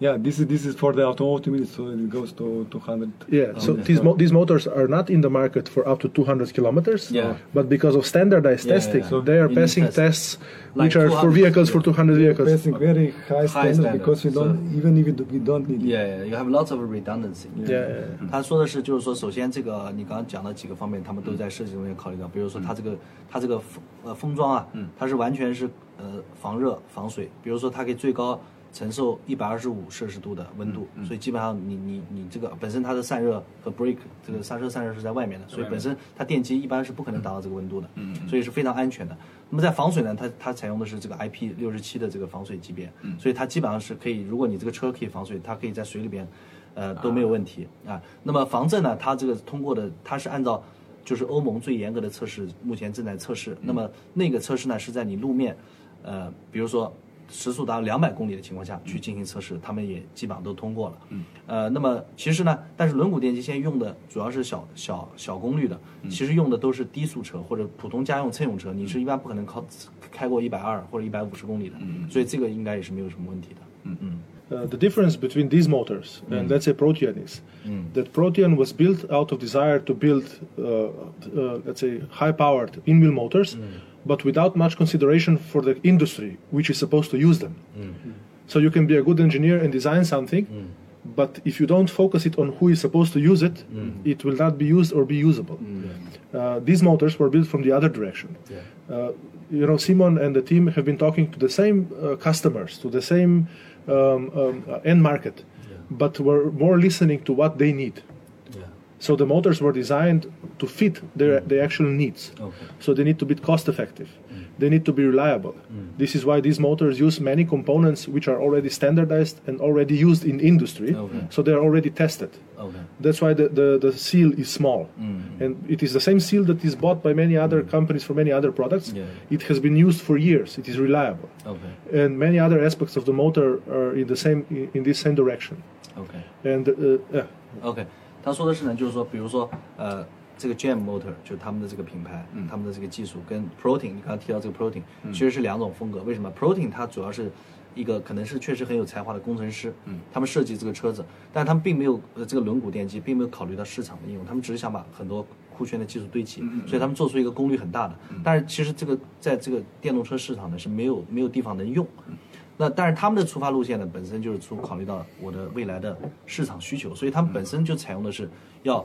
yeah this is this is for the automotive industry, so it goes to 200 Yeah. Oh, So these mo- these motors are not in the market for up to 200 kilometers. Yeah. But because of standardized Yeah, yeah, testing, yeah. so they are You need passing test. tests which Like are for 200, vehicles for 200 vehicles. passing very high, standard, standard, because we don't even if we, do, we don't need it. Yeah, yeah, you have lots of redundancy. Yeah, yeah, yeah. 他说的是，就是说，首先这个你刚刚讲的几个方面，他们都在设计中间考虑到，比如说它这个它这个封呃封装啊，它是完全是呃防热防水，比如说它可以最高承受一百二十五摄氏度的温度，所以基本上你你你这个本身它的散热和 brake 这个刹车散热是在外面的，所以本身它电机一般是不可能达到这个温度的，所以是非常安全的。那么在防水呢，它它采用的是这个 IP 六十七的这个防水级别，所以它基本上是可以，如果你这个车可以防水，它可以在水里边。呃都没有问题啊。那么防震呢，它这个通过的，它是按照就是欧盟最严格的测试，目前正在测试。那么那个测试呢，是在你路面，呃，比如说时速达两百公里的情况下去进行测试，他们也基本上都通过了。嗯，呃，那么其实呢，但是轮毂电机现在用的主要是小小小功率的，其实用的都是低速车或者普通家用乘用车，你是一般不可能靠开过一百二或者一百五十公里的，所以这个应该也是没有什么问题的。 Uh, the difference between these motors and let's say Protean is that Protean was built out of desire to build, uh, uh, let's say, high-powered in-wheel motors, but without much consideration for the industry which is supposed to use them. So you can be a good engineer and design something, but if you don't focus it on who is supposed to use it, it will not be used or be usable. Uh, these motors were built from the other direction. Uh, you know, Simon and the team have been talking to the same uh, customers, to the same um, um, uh, end market, but were more listening to what they need. So the motors were designed to fit their, their actual needs. So they need to be cost effective. They need to be reliable. This is why these motors use many components which are already standardized and already used in industry. So they are already tested. OK， That's why the, the, the seal is small. Mm-hmm. And it is the same seal that is bought by many other companies for many other products. Yeah. It has been used for years. It is reliable. OK， And many other aspects of the motor are in the same in, in this same direction. OK。 And uh, yeah. OK，他说的是呢，就是说，比如说，呃，这个 Gem Motor 就是他们的这个品牌，他们的这个技术跟 Protein，你刚刚提到这个 Protein，其实是两种风格。为什么 Protein 它主要是一个可能是确实很有才华的工程师，他们设计这个车子，但他们并没有呃这个轮毂电机并没有考虑到市场的应用，他们只是想把很多库存的技术堆齐，所以他们做出一个功率很大的。但是其实这个在这个电动车市场呢是没有没有地方能用。那但是他们的出发路线呢，本身就是出考虑到我的未来的市场需求，所以他们本身就采用的是要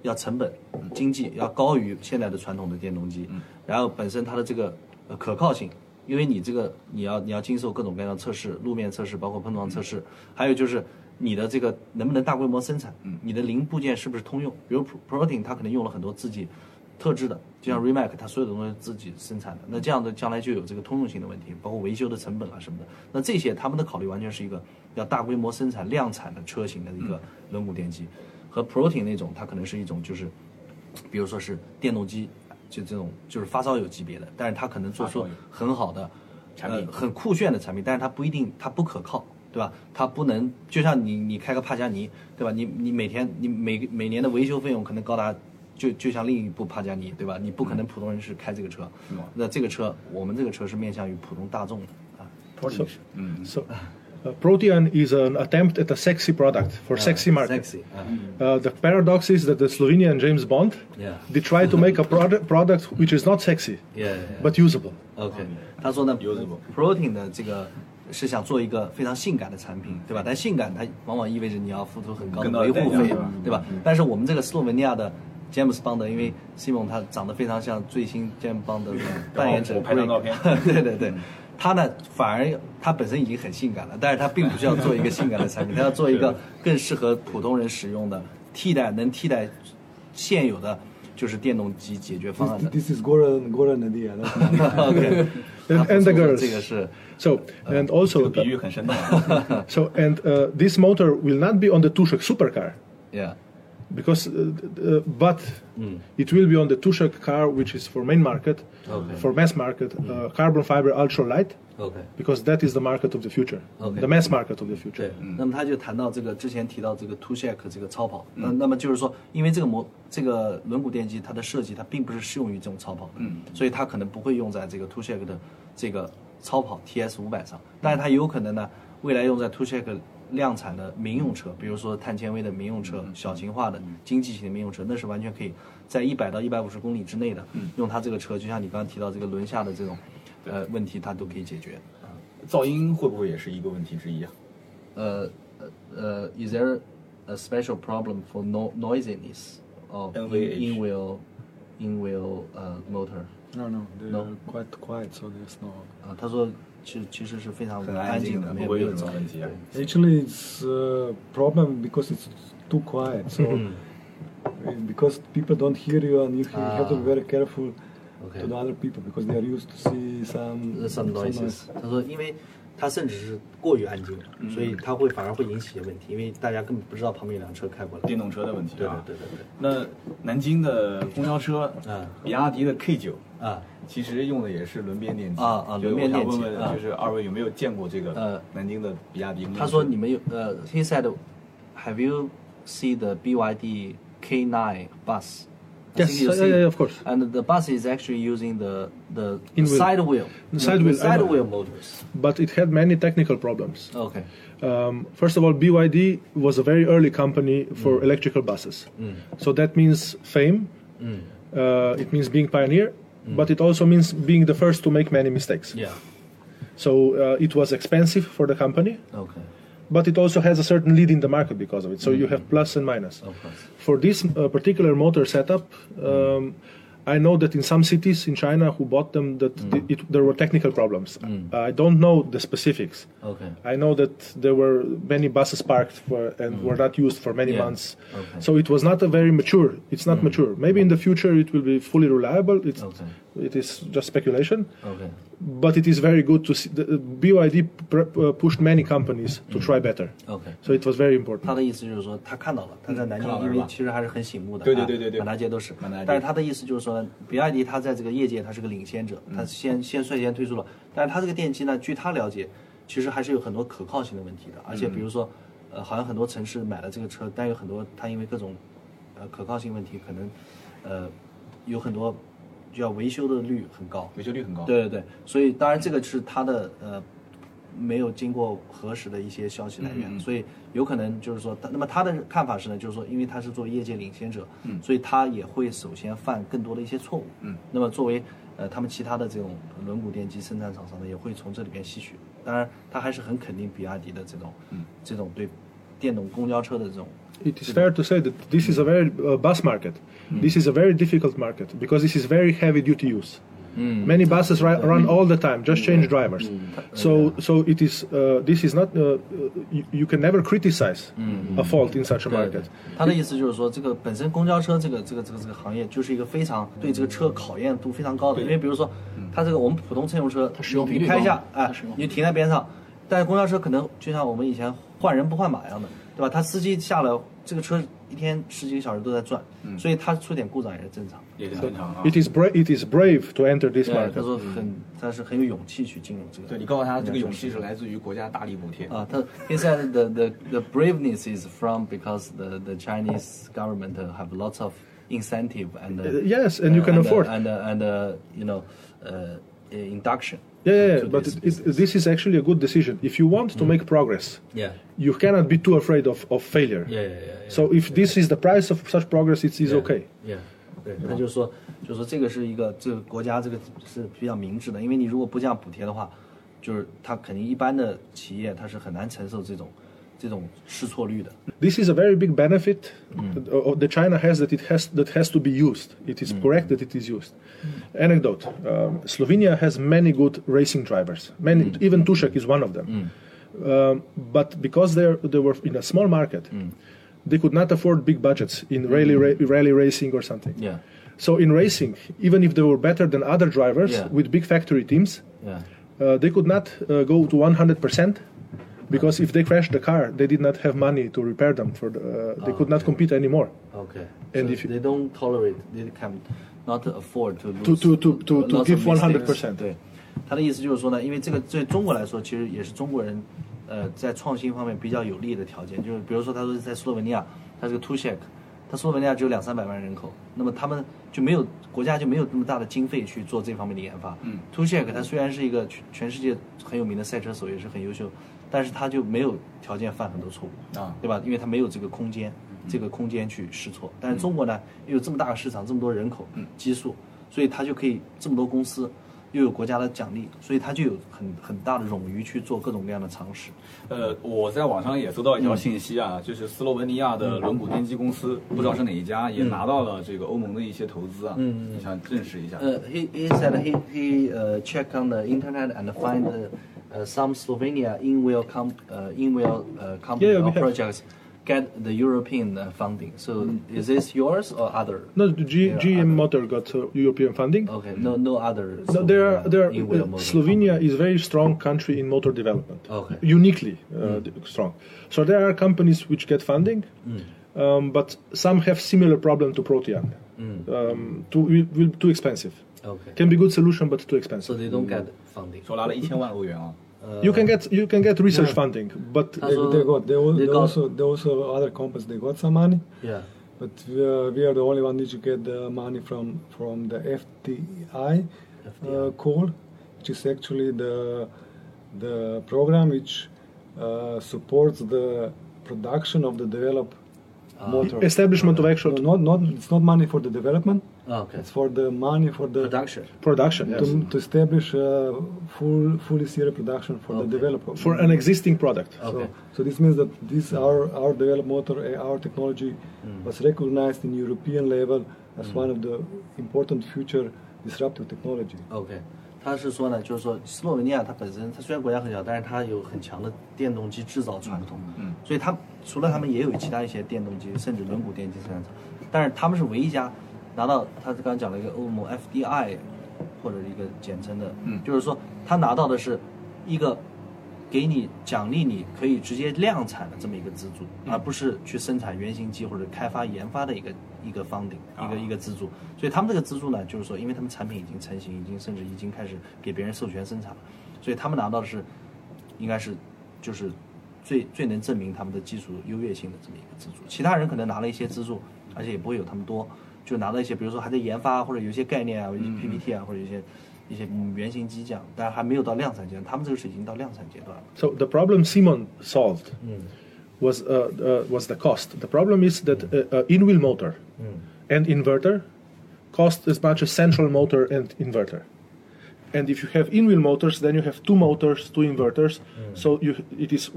要成本嗯经济要高于现在的传统的电动机，然后本身它的这个呃可靠性，因为你这个你要你要经受各种各样的测试，路面测试包括碰撞测试，还有就是你的这个能不能大规模生产，你的零部件是不是通用，比如 Protein 它可能用了很多自己。特嗯制的，就像 Remac，它所有的东西自己生产的，那这样的将来就有这个通用性的问题，包括维修的成本啊什么的。那这些他们的考虑完全是一个要大规模生产量产的车型的嗯一个轮毂电机，和 Protein 那种它可能是一种就是，比如说是电动机，就这种就是发烧友级别的，但是它可能做出很好的产品呃、很酷炫的产品，但是它不一定它不可靠。对吧？它不能就像你你开个帕加尼，对吧？你你每天你每每年的维修费用可能高达就就像另一部帕加尼，对吧？你不嗯可能普通人是开这个车，那这个车我们这个车是面向于普通大众的啊。 So, Mm-hmm. so, uh, Protean is an attempt at a sexy product for sexy market. Ah, Sexy，啊 Uh, the paradox is that the Slovenian James Bond, Yeah. they try to make a product product which is not sexy ，yeah，but but usable. 啊 OK，他说呢，Protein 的这个是想做一个非常性感的产品，嗯对吧？但性感它往往意味着你要付出很高的更高维的护代价费是吧，对吧？但是我们这个斯洛文尼亚的。詹姆斯邦德，因为 Simon 他长得非常像最新詹姆斯邦德的扮演者，我拍张照片 对对对，他呢反而他本身已经很性感了，但是他并不需要做一个性感的产品，他要做 一个更适合普通人使用的替代，能替代现有的就是电动机解决方案 This, 的。 this is Goran Goran idea. That's not- OK， And- and the 他说 girls 这个是 So Uh, and also 比喻很啊生动。 so and uh, this motor will not be on the Tushak supercar Yeah， because uh, uh, but Hmm. it will be on the Tushak car which is for main market, Okay. Hmm. for mass market, uh, carbon fiber ultra light OK， because that is the market of the future, Okay. the mass market of the future. 对，嗯那么他就谈到这个之前提到这个 Two Shack 这个超跑，那、那么就是说，因为这个模这个轮毂电机它的设计它并不是适用于这种超跑，嗯，所以它可能不会用在这个 Two Shack 的这个超跑 TS 五百上，但是它有可能呢，未来用在 Two Shack 量产的民用车，比如说碳纤维的民用车、小型化的、经济型的民用车，那是完全可以在一百到一百五十公里之内的，用它这个车，就像你刚刚提到这个轮下的这种呃问题，它都可以解决。 噪音会不会也是一个问题之一啊？ uh, uh, is there a special problem for no noisiness of in, NVH. in wheel in wheel uh, motor？ no, no, they're No. quite quiet, so there's no. 啊，他说其其实是非常很安安静静的，没不会有没有有什噪么音问题啊。 Actually, it's uh, problem because it's too quiet. So Mm-hmm. because people don't hear you, and you, you have to be Ah. very careful to the other people because they are used to see some some noises。他说，因为他甚至是过于安静了，嗯所以他会反而会引起一些问题，因为大家根本不知道旁边有辆车开过来。 电动车的问题对对啊。对对那南京的公交车，嗯比亚迪的 K 九，对啊，其实用的也是轮边电机啊啊就轮边电机我想问啊问，就是二位有没有见过这呃个南京的比亚迪公交车？他说你们有呃，he said, have you seen the BYD K9 bus? I Yes, think you yeah, see- yeah, yeah, of course. And the bus is actually using the the, the In wheel. side wheel, The side wheel, I side know. wheel motors. But it had many technical problems. Okay. Um, first of all, BYD was a very early company for Hmm. electrical buses. So that means fame, Hmm. uh, it means being pioneer, but it also means being the first to make many mistakes. Yeah. So uh, it was expensive for the company, Okay. but it also has a certain lead in the market because of it. So you Mm-hmm. have plus and minus. Of course. For this uh, particular motor setup, um, I know that in some cities in China who bought them, that Mm. it, it, there were technical problems. I don't know the specifics. Okay. I know that there were many buses parked for, and were not used for many Mm. Yeah. months. Okay. Mm. So it was not a very mature. It's not mature. Maybe in the future it will be fully reliable. It's, Okay. It is just speculation, Okay. but it is very good to see. The, the BYD pr- uh, pushed many companies to Mm. try better. Okay. So it was very 他 important. 的意思就是说，他看到了，他在南京嗯看，到了因是为吧其实还是很醒目的，对对啊对对对满大街都是。满大街但是他的意思就是说，比亚迪它在这个业界它是个领先者，嗯它先先率先推出了。但是它这个电机呢，据他了解，其实还是有很多可靠性的问题的。而且比嗯如说，呃，好像很多城市买了这个车，但有很多它因为各种呃可靠性问题，可能呃，有很多就要维修的率很高。维修率很高。对对对，所以当然这个是它的呃没有经过核实的一些消息来源，所以有可能就是说，那么他的看法是呢，就是说，因为他是做业界领先者，嗯，所以他也会首先犯更多的一些错误，嗯，那么作为呃他们其他的这种轮毂电机生产厂商呢，也会从这里边吸取。当然，他还是很肯定比亚迪的这种，嗯，这种对电动公交车的这种 It is fair to say that this is a very uh, bus market. Mm. This is a very difficult market because this is very heavy duty use. Mm. Many buses ri- run all the time, just change drivers. So, so it is. Uh, this is not. Uh, you, you can never criticize Mm. a fault in such a 对对 market. 他的意思就是说，这个本身公交车这个这个这个这个行业就是一个非常对这个车考验度非常高的，因为比如说，它这个我们普通乘用车，它使用频率开一下高，哎它使用，你停在边上，但是公交车可能就像我们以前换人不换马一样的，对吧？他司机下了这个车一天十几个小时都在转，所以他出点故障也是正常。也是正 Uh-huh. 常啊。 It is. Bra- it is brave to enter this 对，他 market. 说很，他是很有勇气去进入这个。对你告诉他，这个勇气是来自于国家大力补贴。 Uh, the- he said the, the, the braveness is from because the, the Chinese government uh, have lots of incentive and uh, Uh, yes, and you can and, uh, afford. and uh, and uh, you know uh, induction. Yeah, yeah, yeah, to but this Mm. it, it, this is actually a good decision. If you want to make progress, Yeah. you cannot be too afraid of, of failure. Yeah, yeah, yeah. So if this is the price of such progress, it is okay. Yeah，对，他就说，就说这个是一个这个国家这个是比较明智的，因为你如果不这样补贴的话，就是他肯定一般的企业它是很难承受这种这种试错率的。 This is a very big benefit Mm. uh, that China has that it has that has to be used. It is correct that it is used. Mm. Anecdote: um, Slovenia has many good racing drivers. Many, Mm. even Tušek is one of them. Um, but because they they were in a small market, Mm. they could not afford big budgets in rally ra- rally racing or something. Yeah, So in racing, even if they were better than other drivers Yeah. with big factory teams, yeah. uh, they could not uh, go to 100% because if they crashed the car, they did not have money to repair them. For the, uh, they Oh, could not compete anymore. Okay. And so if you- they don't tolerate, they can not afford to lose To- to- to- to- to lots of give mistakes 100%对，他的意思就是说呢，因为这个对中国来说，其实也是中国人，呃，在创新方面比较有利的条件，就是比如说他说在斯洛文尼亚，他这个 Tušek，他斯洛文尼亚只有两三百万人口，那么他们就没有国家就没有那么大的经费去做这方面的研发。嗯，Tušek 他虽然是一个全全世界很有名的赛车手，也是很优秀，但是他就没有条件犯很多错误啊对吧？因为它没有这个空间，这个空间去试错。但是中国呢，又有这么大个市场，这么多人口基数，所以它就可以这么多公司，又有国家的奖励，所以它就有很很大的冗余去做各种各样的尝试。呃，我在网上也搜到一条信息啊，就是斯洛文尼亚的轮毂电机公司，不知道是哪一家，也拿到了这个欧盟的一些投资啊。嗯，想认识一下。 Uh, he, he said he, he uh, checked on the internet and find uh, uh, some Slovenia in-wheel, com- uh, in-wheel uh, company Yeah, we or have. projects get the European uh, funding. So is this yours or other? No, the G- Yeah, GM other- Motor got uh, European funding. Okay, no, no other. No, there are, Slovenia there are, uh, in-wheel motor Slovenia is very strong country in motor development. Okay. Hmm. Uniquely uh, d- strong. So there are companies which get funding, Mm. um, but some have similar problem to Protean. Mm. Um, too, will- will- too expensive. Okay. Can be good solution, but too expensive. So uh, they don't get funding. 手拿了一千万欧元啊， You can get you can get research funding, but uh, They, they got. They, al- They they got- also. They also other companies. They got some money, Yeah. but we are, we are the only one which get the money from from the FTI, Uh, call, which is actually the the program which uh, supports the production of the develop motor. establishment of No, actual not, not, it's not money for the development. Ah, Okay. It's for the money for the Production. production yes. to, to establish uh, full fully serial production for the developer. for an existing product. so, Okay. so this means that this our our developed motor uh, our technology Mm. was recognized in European level as one of the important future disruptive technology. OK，他是说呢，就是说斯洛文尼亚它本身，它虽然国家很小，但是它有很强的电动机制造传统，嗯，所以它除了他们也有其他一些电动机，甚至轮毂电机生产厂，但是他们是唯一一家拿到他刚刚讲了一个欧盟 FDI 或者一个简称的，嗯，就是说他拿到的是一个给你奖励你可以直接量产的这么一个资助，而不是去生产原型机或者开发研发的一个一个方顶，一个一个资助。所以他们这个资助呢，就是说，因为他们产品已经成型，已经甚至已经开始给别人授权生产了，所以他们拿到的是应该是就是最最能证明他们的技术优越性的这么一个资助。其他人可能拿了一些资助，而且也不会有他们多。就拿到一些，比如说还在研发或者有一些概念啊，有一些 PPT 啊，或者有一些一些嗯原型机这样，但还没有到量产阶段。他们这个是已经到量产阶段了。 So the problem Simon solved was uh, uh, was the cost. The problem is that uh, uh, in-wheel motor and inverter cost as much as central motor and inverter. And if you have in-wheel motors, then you have two motors, two inverters. So you it is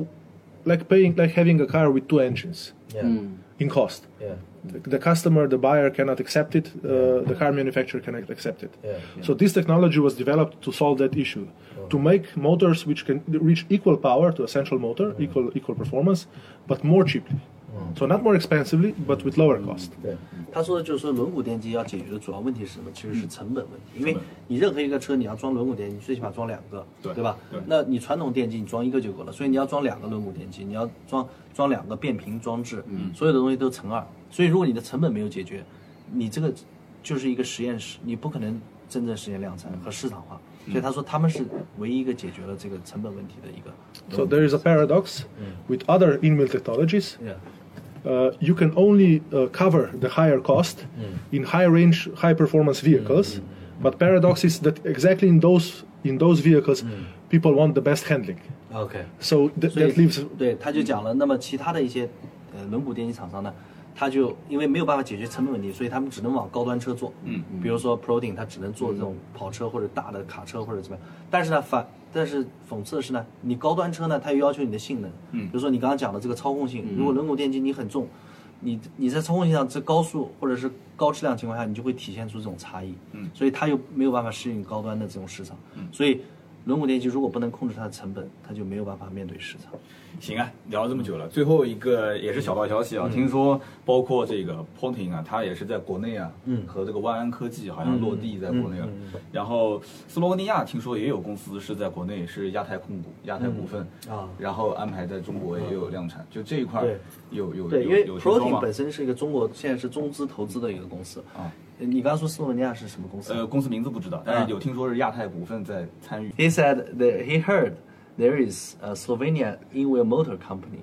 like paying like having a car with two engines Yeah, in cost. yeah, The, the customer, the buyer cannot accept it. Uh, the car manufacturer cannot accept it. yeah. Oh. So this technology was developed to solve that issue, to make motors which can reach equal power to a central motor, equal equal performance, but more cheaply. Oh. So not more expensively, but with lower cost. 他说的就是说轮毂电机要解决的主要问题是什么？其实是嗯成本问题，因为你任何一个车你要装轮毂电机，最起码装两个，对吧？那你传统电机你装一个就够了，所以你要装两个轮毂电机，你要装装两个变频装置，所有的东西都乘二。所以如果你的成本没有解决，你这个就是一个实验室，你不可能真正实现量产和市场化。所以他说他们是唯一一个解决了这个成本问题的一个。 So there is a paradox with other in-wheel technologies. Yeah. Uh, you can only uh, cover the higher cost in high range, high performance vehicles. But paradox is that exactly in those in those vehicles, people want the best handling. OK， So th- 所以 that leaves 对，他就讲了。那么其他的一些呃轮毂电机厂商呢，他就因为没有办法解决成本问题，所以他们只能往高端车做。嗯，比如说 Protein，它只能做这种跑车或者大的卡车或者怎么样。但是呢，反但是讽刺的是呢，你高端车呢，它又要求你的性能。嗯，比嗯如说你刚刚讲的这个操控性，如果轮毂电机你很重。你你在操控性上，这高速或者是高质量情况下，你就会体现出这种差异。嗯，所以它又没有办法适应高端的这种市场。嗯，所以轮毂电机如果不能控制它的成本，它就没有办法面对市场。行啊，聊了这么久了，最后一个也是小道消息嗯啊，听说包括这个 Ponting 啊，它也是在国内啊，嗯，和这个万安科技好像落地在国嗯内了。啊然后斯洛文尼亚听说也有公司是在国内是亚太控股、亚太股份嗯啊然后安排在中国也有量产，就这一块对有有对，有因为有听说 Protein 吗本身是一个中国现在是中资投资的一个公司啊。呃你刚刚说斯洛文尼亚是什么公司？呃，公司名字不知道，啊但是有听说是亚太股份在参与。 He said that he heard there is a Slovenia in-wheel motor company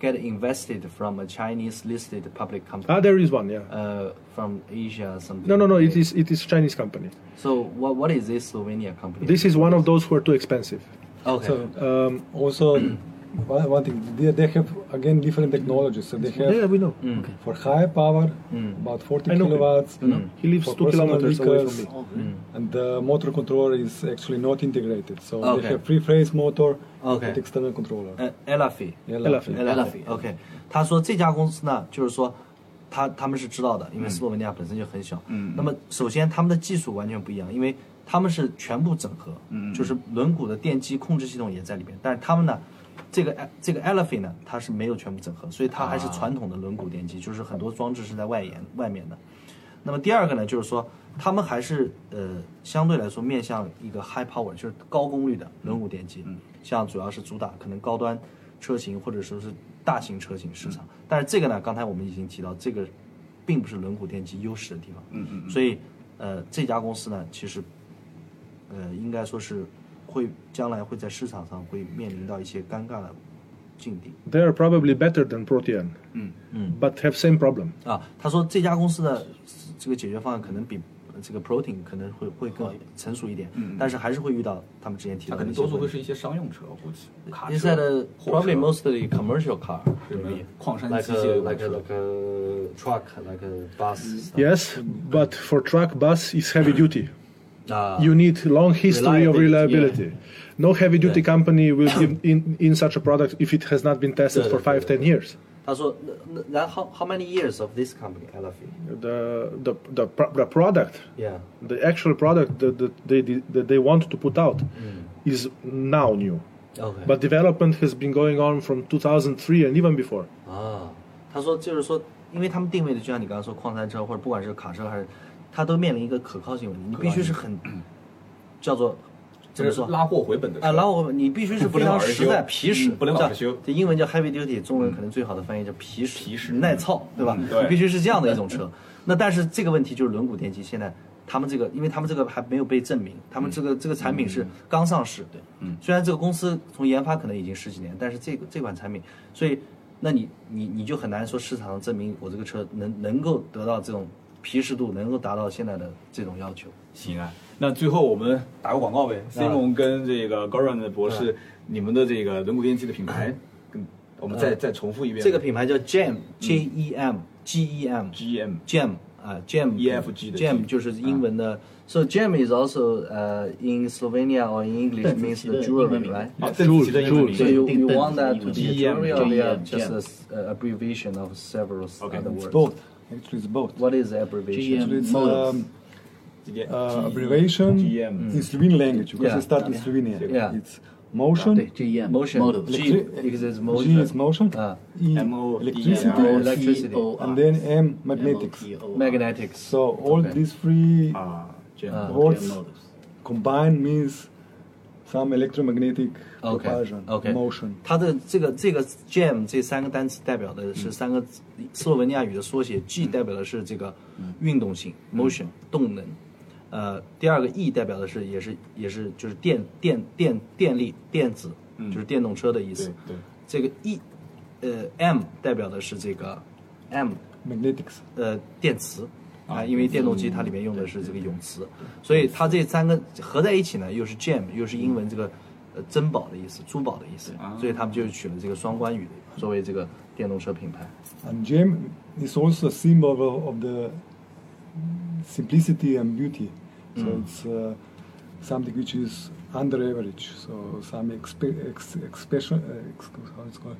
get invested from a Chinese listed public company. ah, there is one. Yeah. Uh, from Asia, something. No, no, no. It is it is Chinese company. So what what is this Slovenia company? This is one of those who are too expensive. okay. So um, also one, one thing they, they have again different technologies. So they have Yeah, we know. Mm. for high power about 40 I know him. kilowatts. He lives for two personal kilometers away vehicles, from me. Mm. And the motor controller is actually not integrated. So Okay. they have free phase motor Okay. with external controller. Uh, 呃 e l a f i Yeah, Elephant. lovely. Elephant。OK，他说这家公司呢，就是说他他们是知道的，因为斯洛文尼亚本身就很小。嗯。那么首先他们的技术完全不一样，因为他们是全部整合，嗯，就是轮毂的电机控制系统也在里边，但是他们呢。这个这个 Elephant 呢，它是没有全部整合，所以它还是传统的轮毂电机，就是很多装置是在外延外面的。那么第二个呢，就是说他们还是呃相对来说面向一个 high power，就是高功率的轮毂电机，像主要是主打可能高端车型或者说是大型车型市场。但是这个呢，刚才我们已经提到，这个并不是轮毂电机优势的地方。嗯嗯。所以呃，这家公司呢，其实呃应该说是会将来会在市场上会面临到一些尴尬的境地。 They are probably better than Protean, Mm. but have same problem. 啊，他说这家公司的这个解决方案可能比这个 Protein 可能会会更成熟一点，但是还是会遇到他们之前提它到嗯可的能一些多数问会题。是一些商用车，我估计卡 He 车 said、uh, 货 probably 车 mostly commercial car, 么 maybe 矿山 like 机 a 械 like a 车嗯 like a truck, like a bus. Yes, but for truck bus is heavy duty. 啊 You need long history of Mm. Ah. Reliability, reliability. No heavy duty Yeah. company will give in, in such a product if it has not been tested Yeah, for yeah, five, ten years. 他说那那然后 how many years of this company, e l e p h a n The the the, pro- the product, Yeah. the actual product that, that they that they want to put out, Mm. is now new. Okay. But development has been going on from 2003 and even before. 啊，他说就是说，因为他们定位的就像你刚刚说矿山车或者不管是卡车还是，它都面临一个可靠性问题，你必须是很叫做嗯就怎么是说拉货回本的车。啊，然后你必须是不非能老常是实修在、皮实，嗯不能老是修这这英文叫 heavy duty，中文可能最好的翻译叫皮实、皮实耐操，对吧？嗯对你必须是这样的一种车。那但是这个问题就是轮毂电机现在。他们这个，因为他们这个还没有被证明，他们嗯这个、这个产品是刚上市，对，嗯，虽然这个公司从研发可能已经十几年，但是这个这款产品，所以，那你你你就很难说市场上证明我这个车能能够得到这种皮实度能够达到现在的这种要求。行啊，那最后我们打个广告呗。Simon 跟这个 Goran 的博士，你们的这个轮毂电器的品牌，跟我们再再重复一遍。这个品牌叫 Gem J E M G E M GM Gem 啊 Gem EFG 的 Gem 就是英文的。So Gem is also uh in Slovenia or in English means the jewelry, right? 啊，这是其中一个名 So 字。 you, you want that to be a GEM jewelry or they are just a s- a abbreviation of several other It's words? both. Actually, it's both. What is abbreviation? Actually, it's Models. um, GM uh, abbreviation GM in Slovene language because Yeah. I start in Slovenia. Yeah. It's motion. GM Motion. models. G Electri- exists G is motion. motion. Ah. E E M O D electricity. M O electricity. Ah. And then M magnetics. E Magnetics. So all these three 啊，这样。 Ah, words combined means some electromagnetic Okay, propulsion, okay. motion. 它的这个这个 gem 这三个单词代表的是嗯三个斯洛文尼亚语的缩写，g 代表的是这个嗯运动性 motion 动能，呃，第二个 e 代表的是也是也是就是电电电电力电子，就是电动车的意思。嗯对对这个 e 呃 m 代表的是这个 m Magnetics. 呃电池啊，因为电动机它里面用的是这个永磁，所以它这三个合在一起呢，又是 gem，又是英文这个呃珍宝的意思，珠宝的意思，所以他们就取了这个双关语作为这个电动车品牌。 And gem is also a symbol of, of the simplicity and beauty. So Mm. it's uh, something which is under average. So some expe- ex- ex- special, uh, ex- how it's called,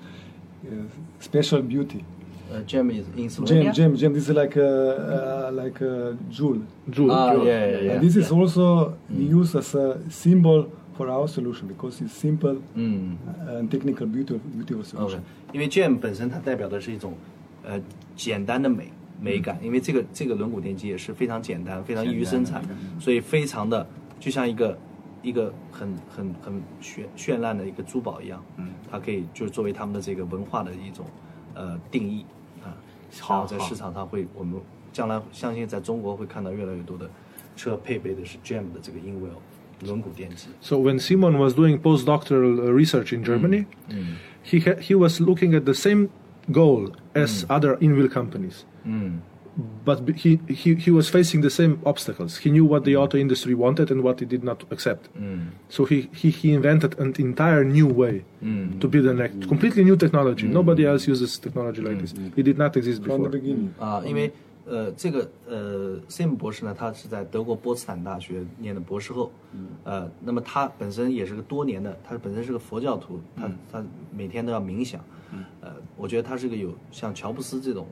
uh, special beauty. 呃，gem is in Gem, Slovenia。 gem, gem. This is like a uh, like a jewel. Jewel, Ah, jewel. yeah, yeah, yeah. Mm. And this is also used as a symbol for our solution because it's simple Mm. and technical, beautiful, beautiful OK， solution. 因为 gem 本身它代表的是一种呃简单的美美感，因为这个这个轮毂电机也是非常嗯简单，嗯非常易于生产，所以非常的就像一个一个很很很绚绚烂的一个珠宝一样，嗯，它可以就作为他们的这个文化的一种呃定义啊，然后在市场上会我们将来相信在中国会看到越来越多的车配备的是 gem 的这个英 n w 轮毂电机。 So when Simon was doing postdoctoral uh, research in Germany, he ha- he was looking at the same goal as other in-wheel companies. But b- he, he he was facing the same obstacles. He knew what the auto industry wanted and what it did not accept. So he, he he invented an entire new way to build an act, completely new technology. Nobody else uses technology like this. It did not exist From before. the beginning. 啊，因为呃，这个呃，Sim 博士呢，他是在德国波茨坦大学念的博士后，呃，那么他本身也是个多年的，他本身是个佛教徒，他、他每天都要冥想，呃，我觉得他是个有像乔布斯这种，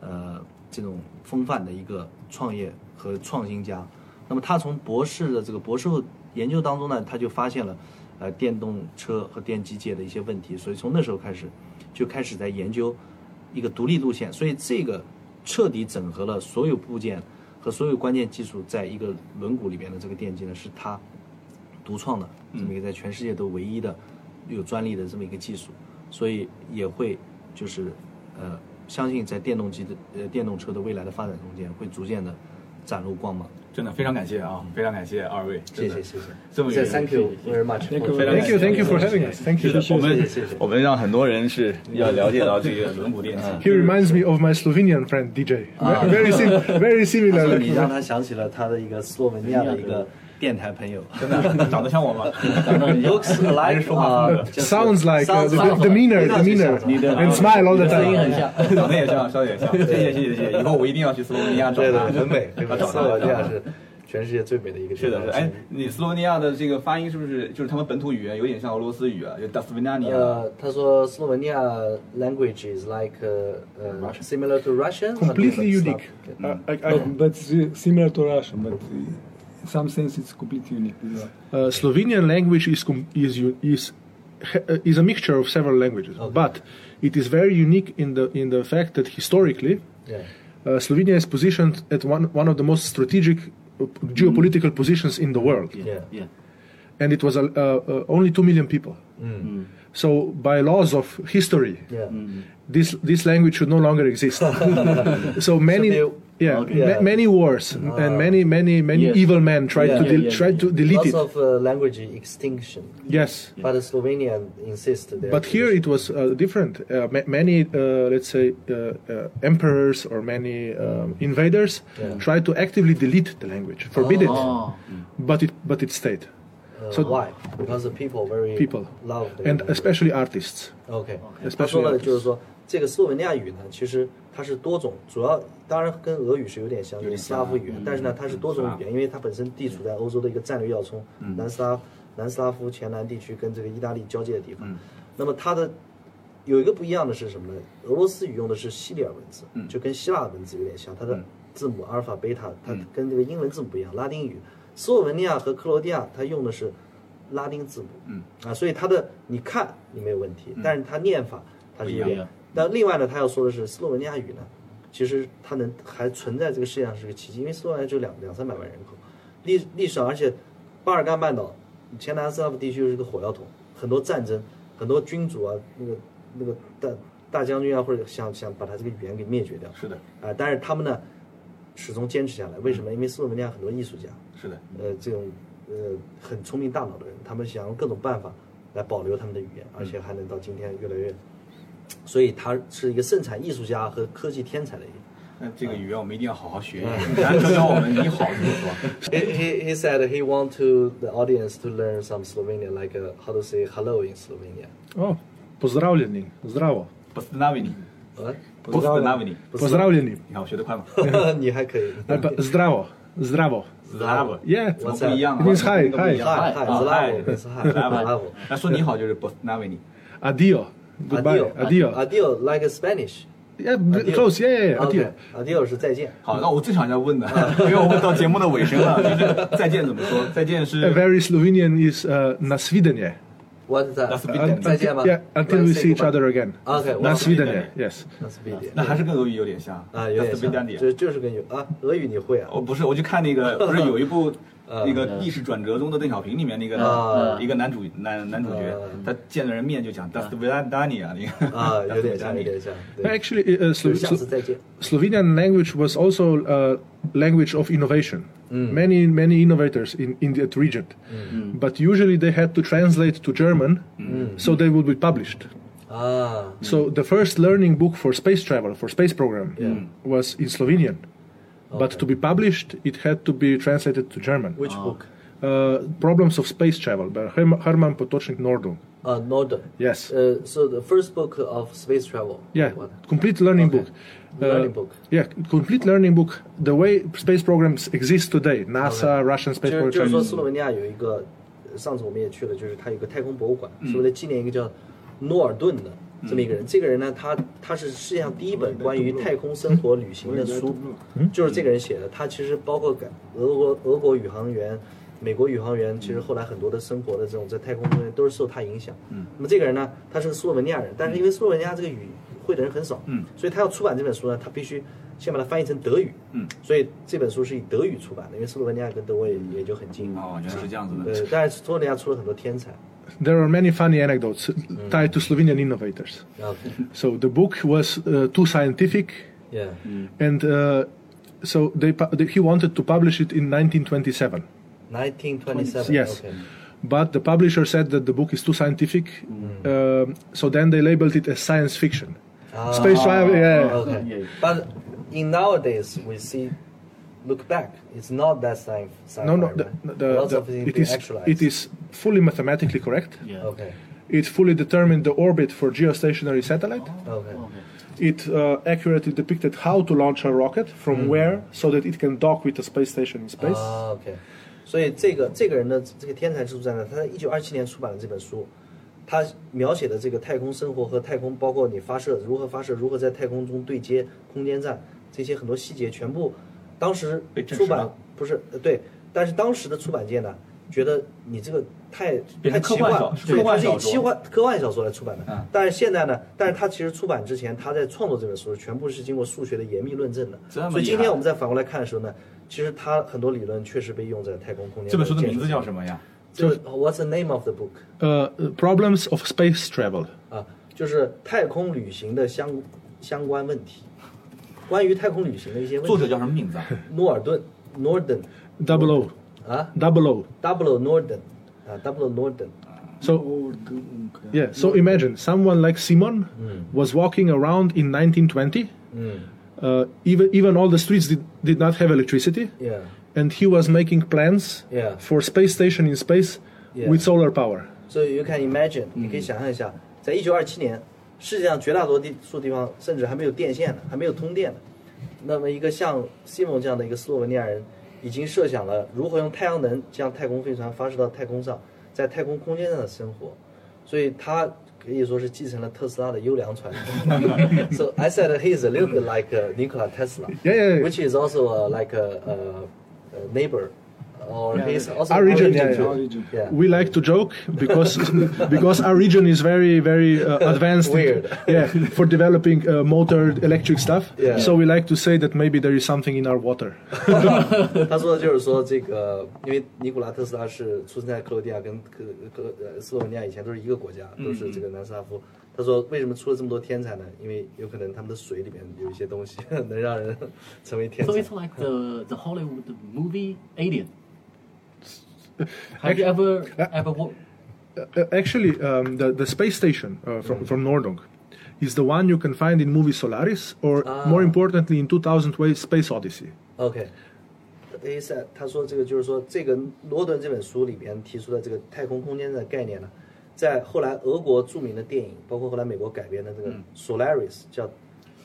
呃，这种风范的一个创业和创新家。那么他从博士的这个博士后研究当中呢，他就发现了，呃，电动车和电机界的一些问题，所以从那时候开始，就开始在研究一个独立路线，所以这个彻底整合了所有部件和所有关键技术在一个轮毂里面的这个电机呢，是它独创的这么一个在全世界都唯一的有专利的这么一个技术，所以也会就是呃，相信在电动机的呃电动车的未来的发展中间会逐渐的展露光芒。真的非常感谢啊，非常感谢二位，真谢的谢谢谢，这么远 Thank you very much. Thank you, thank you for having us. Thank 是 you. 的，我们谢谢我们让很多人是要了解到这个轮毂电器。 He reminds me of my Slovenian friend DJ. Ah. Ve- Very sim- very similar. 他说 like 你让他想起了他的一个斯洛文尼亚的一个电台朋友。真的长得像我吗？ looks alike 啊 sounds like uh, sounds the, like the demeanor, demeanor, and smile all the time. 长得也像，笑得也像。谢谢谢谢谢谢，以后我一定要去斯洛文尼亚找对他的，。很 美，很美。找斯他洛文尼找亚他是全世界最美的一个地方。是的，是的。哎，你斯洛文尼亚的这个发音是不是就是他们本土语言有点像俄罗斯语啊？就 d a s v i n a n i a 呃，Uh, 他说斯洛文尼亚 language is like 呃 similar to Russian, Completely something like unique. Uh, I, I, But, but it's similar to Russian, but in some sense it's completely unique. This is- uh, Slovenian language is com- is u- is ha- uh, is a mixture of several languages, but it is very unique in the in the fact that historically, Yeah. uh, Slovenia is positioned at one one of the most strategic uh, geopolitical positions in the world. Mm. Yeah. Yeah. and it was uh, uh, only 2 million people. So, by laws of history, Mm. Yeah. this, this language should no longer exist. so, many. Should Yeah, Okay. ma- Yeah. many wars and many, many, many Yes. evil men tried Yeah. to Yeah, del- tried to delete Lots it. of uh, language extinction, yes, but the Slovenian insist. their but here tradition. it was uh, different. Uh, ma- many, uh, let's say, uh, uh, emperors or many um, invaders Yeah. tried to actively delete the language, forbid Ah. it, Oh, but it but it stayed, Uh, so- why? Because the people very People. love their and language. especially artists. OK，他 Especially 说了就是说，这个斯洛文尼亚语呢，其实它是多种，主要当然跟俄语是有点像，就是斯拉夫语言，但是呢，它是嗯多种语言，因为它本身地处在欧洲的一个战略要冲，南斯拉南斯拉夫前南地区跟这个意大利交界的地方。那么它的有一个不一样的是什么呢？俄罗斯语用的是西里尔文字，就跟希腊文字有点像，它的字母阿尔法、贝塔，它跟这个英文字母不一样。拉丁语，斯洛文尼亚和克罗地亚，它用的是拉丁字母，嗯啊，所以它的你看你没有问题，嗯但是它念法它是有点。那另外呢，他要说的是斯洛文尼亚语呢，其实它能还存在这个世界上是个奇迹，因为斯洛文尼亚只有两两三百万人口，历历史上而且巴尔干半岛前南斯拉夫地区是个火药桶，很多战争，很多君主啊，那个那个大大将军啊，或者想想把他这个语言给灭绝掉，是的，啊、但是他们呢始终坚持下来，为什么？因为斯洛文尼亚很多艺术家，是的，呃，这种呃很聪明大脑的人，他们想用各种办法来保留他们的语言，而且还能到今天越来越，所以他是一个盛产艺术家和科技天才的一个。那这个语言我们一定要好好学一嗯学，咱教教我们你好怎么说。 He, he, he said he want to the audience to learn some Slovenian, like uh, how to say hello in Slovenia. Oh, pozdravljeni, zdravo, Pozdravljeni, 啊， pozdravljeni， pozdravljeni, 你看我学的快吗？你还可 以。 ali pa zdravo, zdravo. Zdravo， Yeah, 怎么不一样啊？ It means hi, 怎么不一样 hi. Oh, Hi, hi, 啊 hi，zdravo，是 hi， zdravo zdravo 那说你好就是 pozdravljeni， adio, goodbye, Adio, adio. Adio, like Spanish. Yeah, close, yeah, yeah, yeah, adio. Okay, Adio 是再见。好，那我正想要问的， 因为我们到节目的尾声了，就是再见怎么说？再见 哎 A 是 very Slovenian is uh, nasvidenje. What is that? That's a bit different. 再见吧。Uh, Yeah, until we Say see each goodbye. other again. Okay, well, Nasvidenje, yes. That's a bit different. 那还是跟俄语有点像啊，有点，pozdravljeni 像，就是就是跟有啊，俄语你会啊？哦，不是，我就看那个，不是有一部那个历史转折中的邓小平里面那啊个一个男主男男主角，他见了人面就讲 d a s t v i d a n i 啊，那个 啊，有点像，有点像。对， Actually, uh, 就 Slo- 是下次 Slo- 再见。 Slovenian language was also uh, language of innovation. Mm. Many, many innovators in, in that region. But usually they had to translate to German, Mm. so they would be published. 啊 So the first learning book for space travel, for space program, was in Slovenian. But to be published, it had to be translated to German. ，Which book？ Uh, Problems of Space Travel by Herm- Herman Potočnik Nordl. 啊，Northern。 Yes. 呃，So the first book of space travel. Yeah, Uh, What? complete learning book. Uh, Learning book. Yeah, complete learning book. The way space programs exist today, NASA, Russian 就 space 是 program. 就是说，斯洛文尼亚有一个，呃上次我们也去了，就是它有个太空博物馆，是为了纪念一个叫诺尔顿的这么一个人。这个人呢，他他是世界上第一本关于太空生活旅行的书，嗯就是这个人写的。他其实包括改俄国俄国宇航员、美国宇航员，其实后来很多的生活的这种在太空中都是受他影响。嗯，那么这个人呢，他是个斯洛文尼亚人，但是因为斯洛文尼亚这个语会的人很少，嗯，所以他要出版这本书呢，他必须先把它翻译成德语，嗯，所以这本书是以德语出版的，因为斯洛文尼亚跟德国也也就很近，哦，原来是这样子的。对，但是斯洛文尼亚出了很多 天才， There are many funny anecdotes Hmm. tied to Slovenian innovators. 然后 So the book was uh, too scientific, ，yeah，嗯 and uh, so they, pu- they, he wanted to publish it in 1927. nineteen twenty seven， Yes. But the publisher said that the book is too scientific, Mm. um, so then they labeled it as science fiction. 啊 Ah. Space travel, yeah. Okay. But in nowadays we see, look back, it's not that sci- sci-fi. No, no, right? the, the, Lots the, of things it being is actualized. it is fully mathematically correct. Okay. It fully determined the orbit for geostationary satellite. Okay. It uh, accurately depicted how to launch a rocket Mm. from where, so that it can dock with a space station in space. 啊，OK。所以这个这个人的这个天才之处在哪？他在一九二七年出版了这本书，他描写的这个太空生活和太空，包括你发射如何发射，如何在太空中对接空间站这些很多细节，全部当时被证实出版了不是呃对，但是当时的出版界呢，觉得你这个太变太成奇科幻幻了，小科对，它幻是以小说奇幻呃科幻小说来出版的。嗯但是现在呢，但是他其实出版之前，他在创作这本书全部是经过数学的严密论证的。这么所以厉今天害我们再反过来看的时候呢，其实他很多理论确实被用在太空空间。这本书的名字叫什？么呀？就是 What's the name of the book？啊 Uh, problems of space travel. 啊，就是太空旅行的相相关问题。关于太空旅行的一些问题。作者叫什么名字啊？ 诺尔顿 （Norden） double O, 啊 double O. ，Double Norden 啊，Double Norden。 So yeah, so imagine someone like Simon Hmm. was walking around in 1920. 嗯 Uh, even even all the streets did, did not have electricity, Yeah, and he was making plans yeah. for space station in space Yeah. with solar power. So you 嗯 can imagine，你可以想象一下，在一九二七年，世界上绝大多地数地方甚至还没有电线呢，还没有通电呢。那么一个像 Simon 这样的一个斯洛文尼亚人，已经设想了如何用太阳能将太空飞船发射到太空上，在太空空间上的生活。所以他可以说是继承了特斯拉的优良传 统。so I said he is a little bit like uh, Nikola Tesla, Yeah, yeah, yeah. which is also uh, like a, a, a neighbor, or Yeah, he is also Our region, origin yeah, too. yeah. Origin. Yeah. We like to joke because because our region is very very uh, advanced. in- Weird. yeah, for developing uh, motor electric stuff. Yeah. So we like to say that maybe there is something in our water. 他说的就是说这个，因为尼古拉特斯拉是出生在克罗地亚跟克克呃斯洛文尼亚以前都是一个国家，都是这个南斯拉夫。他说为什么出了这么多天才呢？因为有可能他们的水里面有一些东西 能让人成为天 So 才 it's。like the the Hollywood movie Alien. Have you ever ever watched? Uh, actually, um, the the space station uh, from from Nordung is the one you can find in movie Solaris, or Ah. more importantly, in 2000 way Space Odyssey. OK，A 赛他说这个就是说这个罗顿这本书里边提出的这个太空空间的概念呢，在后来俄国著名的电影，包括后来美国改编的这个 Solaris 叫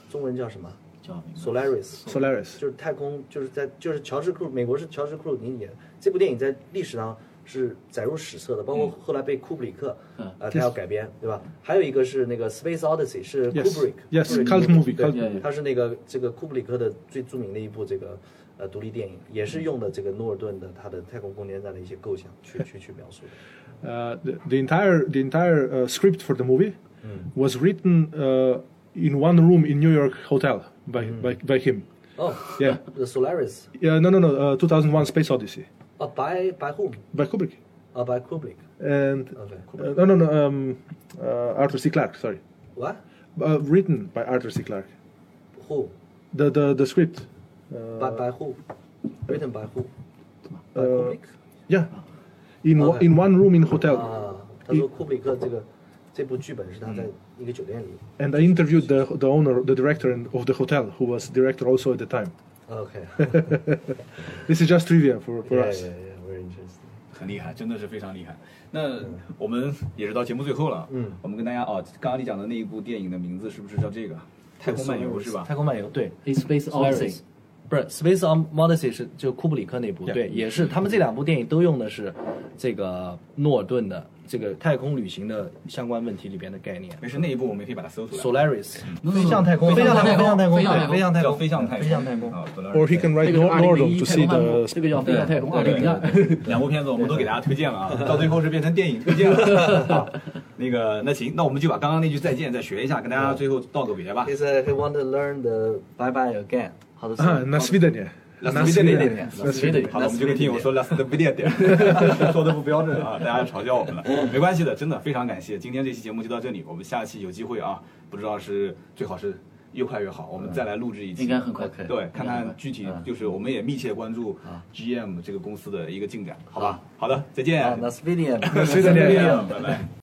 中文叫什么叫 Solaris。 Solaris. 就是太空，就是在就是乔治克鲁，美国是乔治克鲁尼演的这部电影在历史上是载入史册的，包括后来被库布里克，啊、他要改编，对吧？还有一个是那个《Space Odyssey》是 Yes. Kubrick， Yes, 库布里克 cult movie, 对 cult 对 movie 它是那个这个库布里克的最著名的一部这个呃独立电影，也是用的这个诺尔顿的他的太空空间站的一些构想去去去描述的。 Uh, the, the entire the entire uh, script for the movie Hmm. was written uh, in one room in New York hotel by Hmm. by, by him. 哦、 Yeah. t h e Solaris， Yeah, no, no, no. Uh, 2001: Space Odyssey 啊、b y by whom？ by Kubrick 啊、b y Kubrick。 and OK， uh, no, no, no. Um, uh, Arthur C. Clarke. Sorry, what uh, written by Arthur C. Clarke. who？ The the the script. Uh, by by who？written by who？by Uh, Kubrick。 yeah, in one Okay. in one room in hotel. 啊，他说库布里克这个这部剧本是他在嗯一个酒店里。 And I interviewed the the owner, the director and- of the hotel, who was director also at the time. OK， This is just trivia for for 对 us. ，very interesting。很厉害，真的是非常厉害。那我们也是到节目最后了，嗯，我们跟大家哦，刚刚你讲的那一部电影的名字是不是叫这个《太空漫游》是吧？太空漫游对， It's Space Odyssey. 不是《Space on Odyssey》是就库布里克那部对，也是他们这两部电影都用的是这个诺尔顿的这个太空旅行的相关问题里边的概念。没事，那一部我们也可以把它搜出来。 Solaris，飞向太空，嗯飞向太飞向太空空，飞飞向向太叫空，飞向太空，飞向太空。啊，索拉尔 Or he can 这 write 个是 Nor- 二零零 Nordum 一 to 太 see 空漫步 the 这个叫飞向 太空二零零二。 两部片子我们都给大家推荐了啊，到最后是变成电影推荐了。 好那个，那行，那我们就把刚刚那句再见再学一下，跟大家最后道个别吧 He。said he want to learn the bye bye again. How to say? Uh-huh. Ah, na svidanje. 拉斯维加斯那点， Na svidanje. 好的，我们就跟听友说拉斯的不点点， 说的不标准啊，大家嘲笑我们了，没关系的，真的非常感谢，今天这期节目就到这里，我们下期有机会啊，不知道是最好是越快越好，我们再来录制一期，应该嗯很快可以对，看看具体就是我们也密切关注嗯 GM 这个公司的一个进展，好吧？好的，再见，啊，那 Svidian。再见，拜拜。